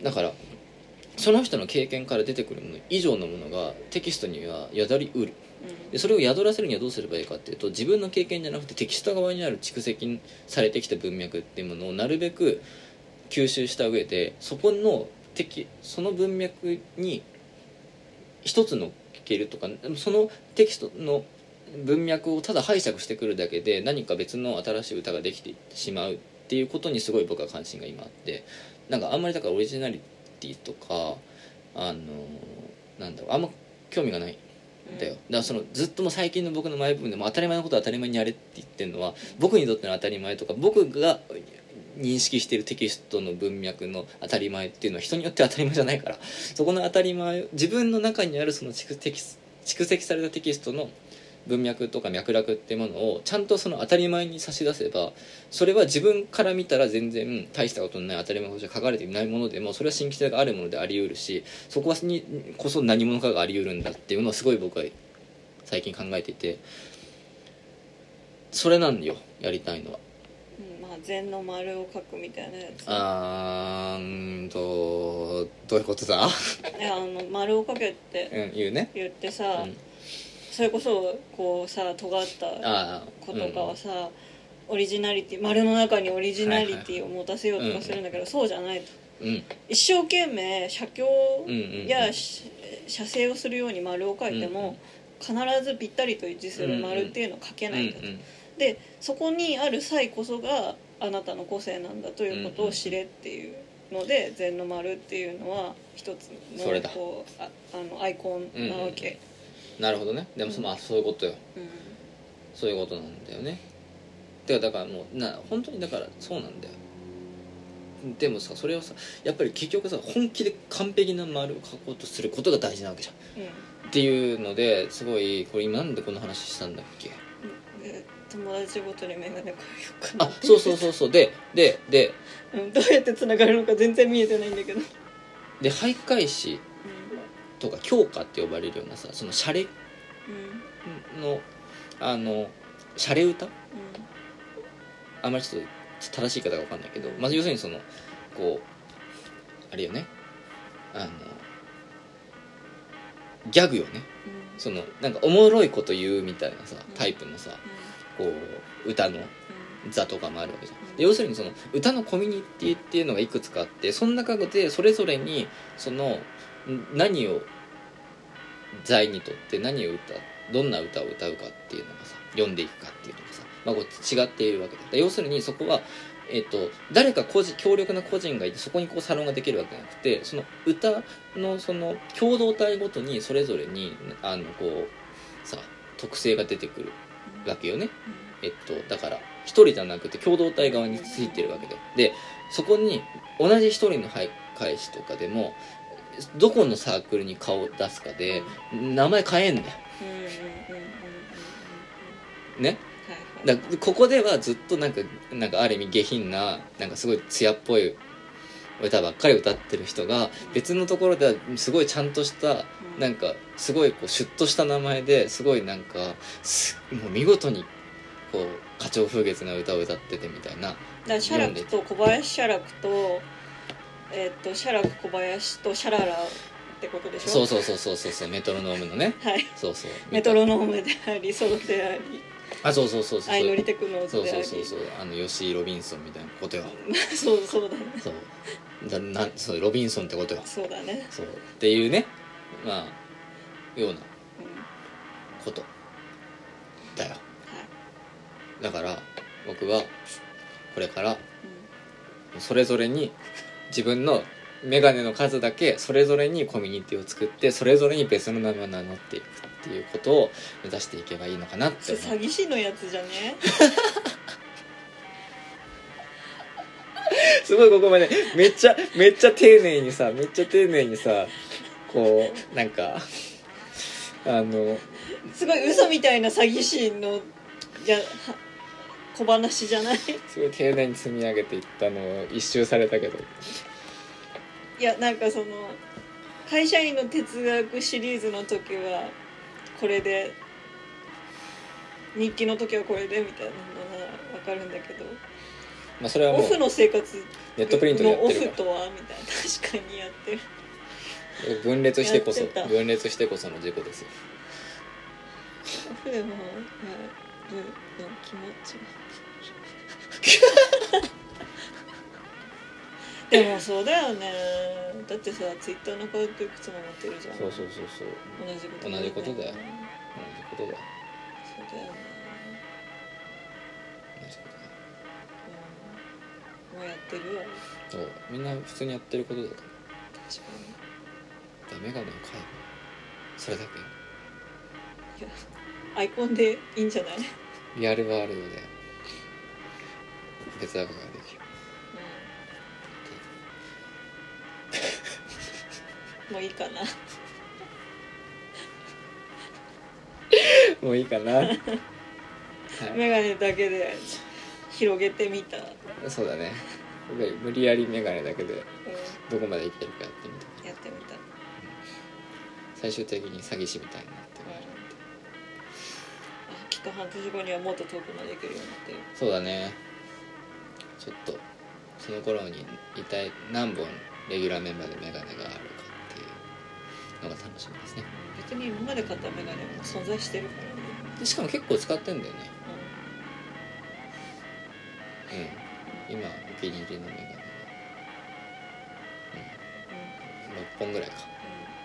B: うん
A: だからその人の経験から出てくるもの以上のものがテキストには宿りうる
B: うん
A: でそれを宿らせるにはどうすればいいかっていうと自分の経験じゃなくてテキスト側にある蓄積されてきた文脈っていうものをなるべく吸収した上でそこのテキその文脈に一つのっけるとかそのテキストの文脈をただ拝借してくるだけで何か別の新しい歌ができてしまうっていうことにすごい僕は関心が今あってなんかあんまりだからオリジナリティとかあのなんだろうあんま興味がないだよだからそのずっともう最近の僕のマイブームでも当たり前のことは当たり前にやれって言ってるのは僕にとっての当たり前とか僕が認識しているテキストの文脈の当たり前っていうのは人によって当たり前じゃないからそこの当たり前自分の中にあるその蓄積蓄積されたテキストの文脈とか脈絡っていうものをちゃんとその当たり前に差し出せばそれは自分から見たら全然大したことのない当たり前として書かれていないものでもそれは新規性があるものであり得るしそこにこそ何者かがあり得るんだっていうのをすごい僕は最近考えていてそれなんよやりたいのは
B: うんまあ禅の丸を書くみたいなやつ
A: あーんとど *laughs* ういうことだ
B: いやあの丸を書けっ
A: う
B: て
A: ん言うね
B: 言って
A: う
B: さ、
A: ん
B: それこそこうさ尖った
A: あー
B: 子
A: うん
B: とかはさ、オリジナリティ丸の中にオリジナリティを持たせようとかするんだけど、そうじゃないと
A: うん
B: 一生懸命写経
A: うんうん
B: やし写生をするように丸を書いても、必ずぴったりと一致する丸っていうのを書け
A: うん
B: な
A: う
B: いんだと、
A: ん
B: でそこにある才こそがあなたの個性なんだということを知れっていうので「禅の丸」っていうのは一つ
A: それ
B: の
A: だ
B: こうああのアイコンなわけ、
A: なるほどねでもそ,、まあ、そういうことよ
B: うん
A: そういうことなんだよねてかだからもうな本当にだからそうなんだよでもさそれをさやっぱり結局さ本気で完璧な丸を書こうとすることが大事なわけじゃんっていうのですごいこれ今なんでこの話したんだっけ
B: うんで友達ごとに眼鏡かけようかな
A: あそうそうそうそうででで
B: うんどうやってつながるのか全然見えてないんだけど、
A: で徘徊師とか教科って呼ばれるようなさそのシャレ
B: うんうん
A: のあのシャレ歌あんまりちょっと正しい言い方が分かんないけど、まあ、要するにそのこうあれよねあのギャグよね
B: うんうん
A: そのなんかおもろいこと言うみたいなさタイプのさこう歌の座とかもあるわけじゃんで要するにその歌のコミュニティっていうのがいくつかあってその中でそれぞれにそのん何を罪にとって何を歌うどんな歌を歌うかっていうのがさ読んでいくかっていうのがさ、まあ、こう違っているわけだで要するにそこは、えっと誰か個人強力な個人がいてそこにこうサロンができるわけじゃなくてその歌のその共同体ごとにそれぞれにあのこうさ特性が出てくるわけよね。えっと、だから一人じゃなくて共同体側についてるわけででそこに同じ一人の徘徊師とかでもどこのサークルに顔を出すかで名前変えんだよ
B: うんうんうんうんうんうんうん
A: ね
B: は
A: だ
B: いはい
A: からここではずっとなんかなんかある意味下品ななんかすごい艶っぽい歌ばっかり歌ってる人が別のところではすごいちゃんとした
B: うん
A: なんかすごいこうシュッとした名前ですごいなんかすもう見事にこう花鳥風月な歌を歌っててみたいな
B: だからシャラクと小林シャラクとえっとシャラク小林とシャララってことでしょ
A: そうそうそうそうそうそうメトロノームのね
B: はい
A: そうそう
B: メトロノームでありソロであり
A: あそうそうそうそう
B: 相乗りテクノー
A: そう
B: ズであ
A: そう
B: り
A: そうそうあの吉井ロビンソンみたいなことよ
B: *laughs* そうそうだね
A: そうだなそうロビンソンってことよ
B: そうだね、
A: そうっていうねまあような
B: うんは
A: ことだよだから僕はこれから
B: いうん
A: それぞれに自分のメガネの数だけそれぞれにコミュニティを作ってそれぞれに別の名前を名乗っていくっていうことを目指していけばいいのかなって
B: それ
A: 思う
B: 詐欺師のやつじゃね
A: すごいここまでめっちゃめっちゃ丁寧にさめっちゃ丁寧にさこうなんかあの
B: すごい嘘みたいな詐欺師のじゃは小話じゃない
A: すごい丁寧に積み上げていったのを一周されたけど
B: いやなんかその会社員の哲学シリーズの時はこれで日記の時はこれでみたいなのが分かかるんだけど
A: まあそれはも
B: オ
A: う
B: フの生活
A: ネットプリントでや
B: の
A: っ
B: オ
A: てる
B: フ
A: か
B: とはみたいな確かにやってる
A: ら分裂してこそ
B: やってた
A: 分裂してこその事故ですよ
B: オフでもやるの気持ちがでもそうだよねだってさツイッターの顔っていくつも持ってるじゃん
A: そうそうそうそう
B: 同じこと
A: 同じことだよ同じことだよ
B: そうだよね、
A: 同じことだよ
B: うん、もうやってるわ
A: そうみんな普通にやってることだか
B: 確から
A: ダメがね帰るそれだ
B: にいやアイコンでいいんじゃない、うん、
A: けリアルワールドで別アカができる
B: *laughs* もういいかな
A: もういいか
B: *laughs*
A: なはい
B: メガネだけで広げてみた、うん、
A: そうだね僕は無理やり眼鏡だけでどこまでいけるかやってみた
B: やってみた
A: 最終的に詐欺師みたいになって
B: あきっと半年後にはもっと遠くまで行けるようになってる
A: そうだねちょっとその頃に一体何本レギュラーメンバーで眼鏡があるかっていうのが楽しみですね
B: 別に今まで買ったメガネも存在してるからね、
A: でしかも結構使ってんだよねうん今お気に入りの眼鏡が6本ぐらいか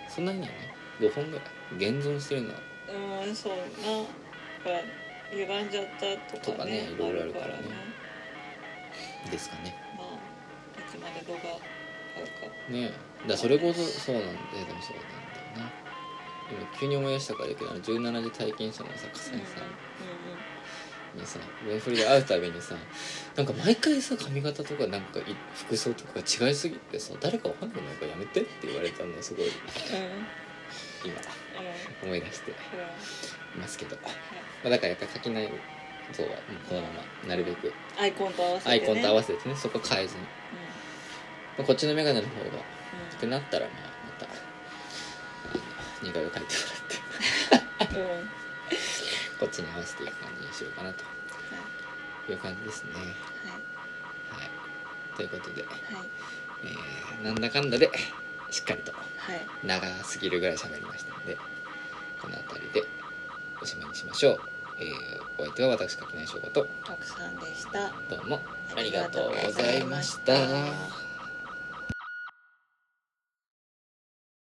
A: そんなにないね5本ぐらい現存してるのは
B: うん、うんうん、そうなやっぱ歪んじゃったとかね
A: とかねいろいろあるからねですかね
B: まあいつまで度が合うか
A: ねえだそれこそそうなんだよでもそうなんだよな今急に思い出したからだけどあの17時体験者のさ笠井さん
B: う
A: にさウェフリで会うたびにさなんか毎回さ髪型とかなんかい服装とか違いすぎてさ誰かわかんないなんかやめてって言われたのすごい
B: んうんうんうんうん
A: 今思い出して
B: それははい
A: ますけど、まあ、だからやっぱ書きない像はもうこのままなるべく
B: アイコンと合わせて、
A: ア
B: ね、
A: イコンと合
B: わ
A: わせてねそこ変えずに、まあ、こっちの眼鏡の方がってなったらまあまたあの似顔絵描いてもらって
B: せ、うんうんうん
A: こっちに合わせていく感じにしようかなという感じですね。
B: は
A: はい、ということで、
B: いはい
A: えーなんだかんだでしっかりと
B: はいはい
A: 長すぎるぐらい喋りましたのでこの辺りでおしまいにしましょう。えーお相手は私垣内翔吾と
B: 奥さんでした
A: どうもあ
B: あ
A: り
B: り
A: が
B: が
A: と
B: と
A: うご
B: うご
A: ざ
B: ざ
A: い
B: い
A: ま
B: ま
A: し。
B: したた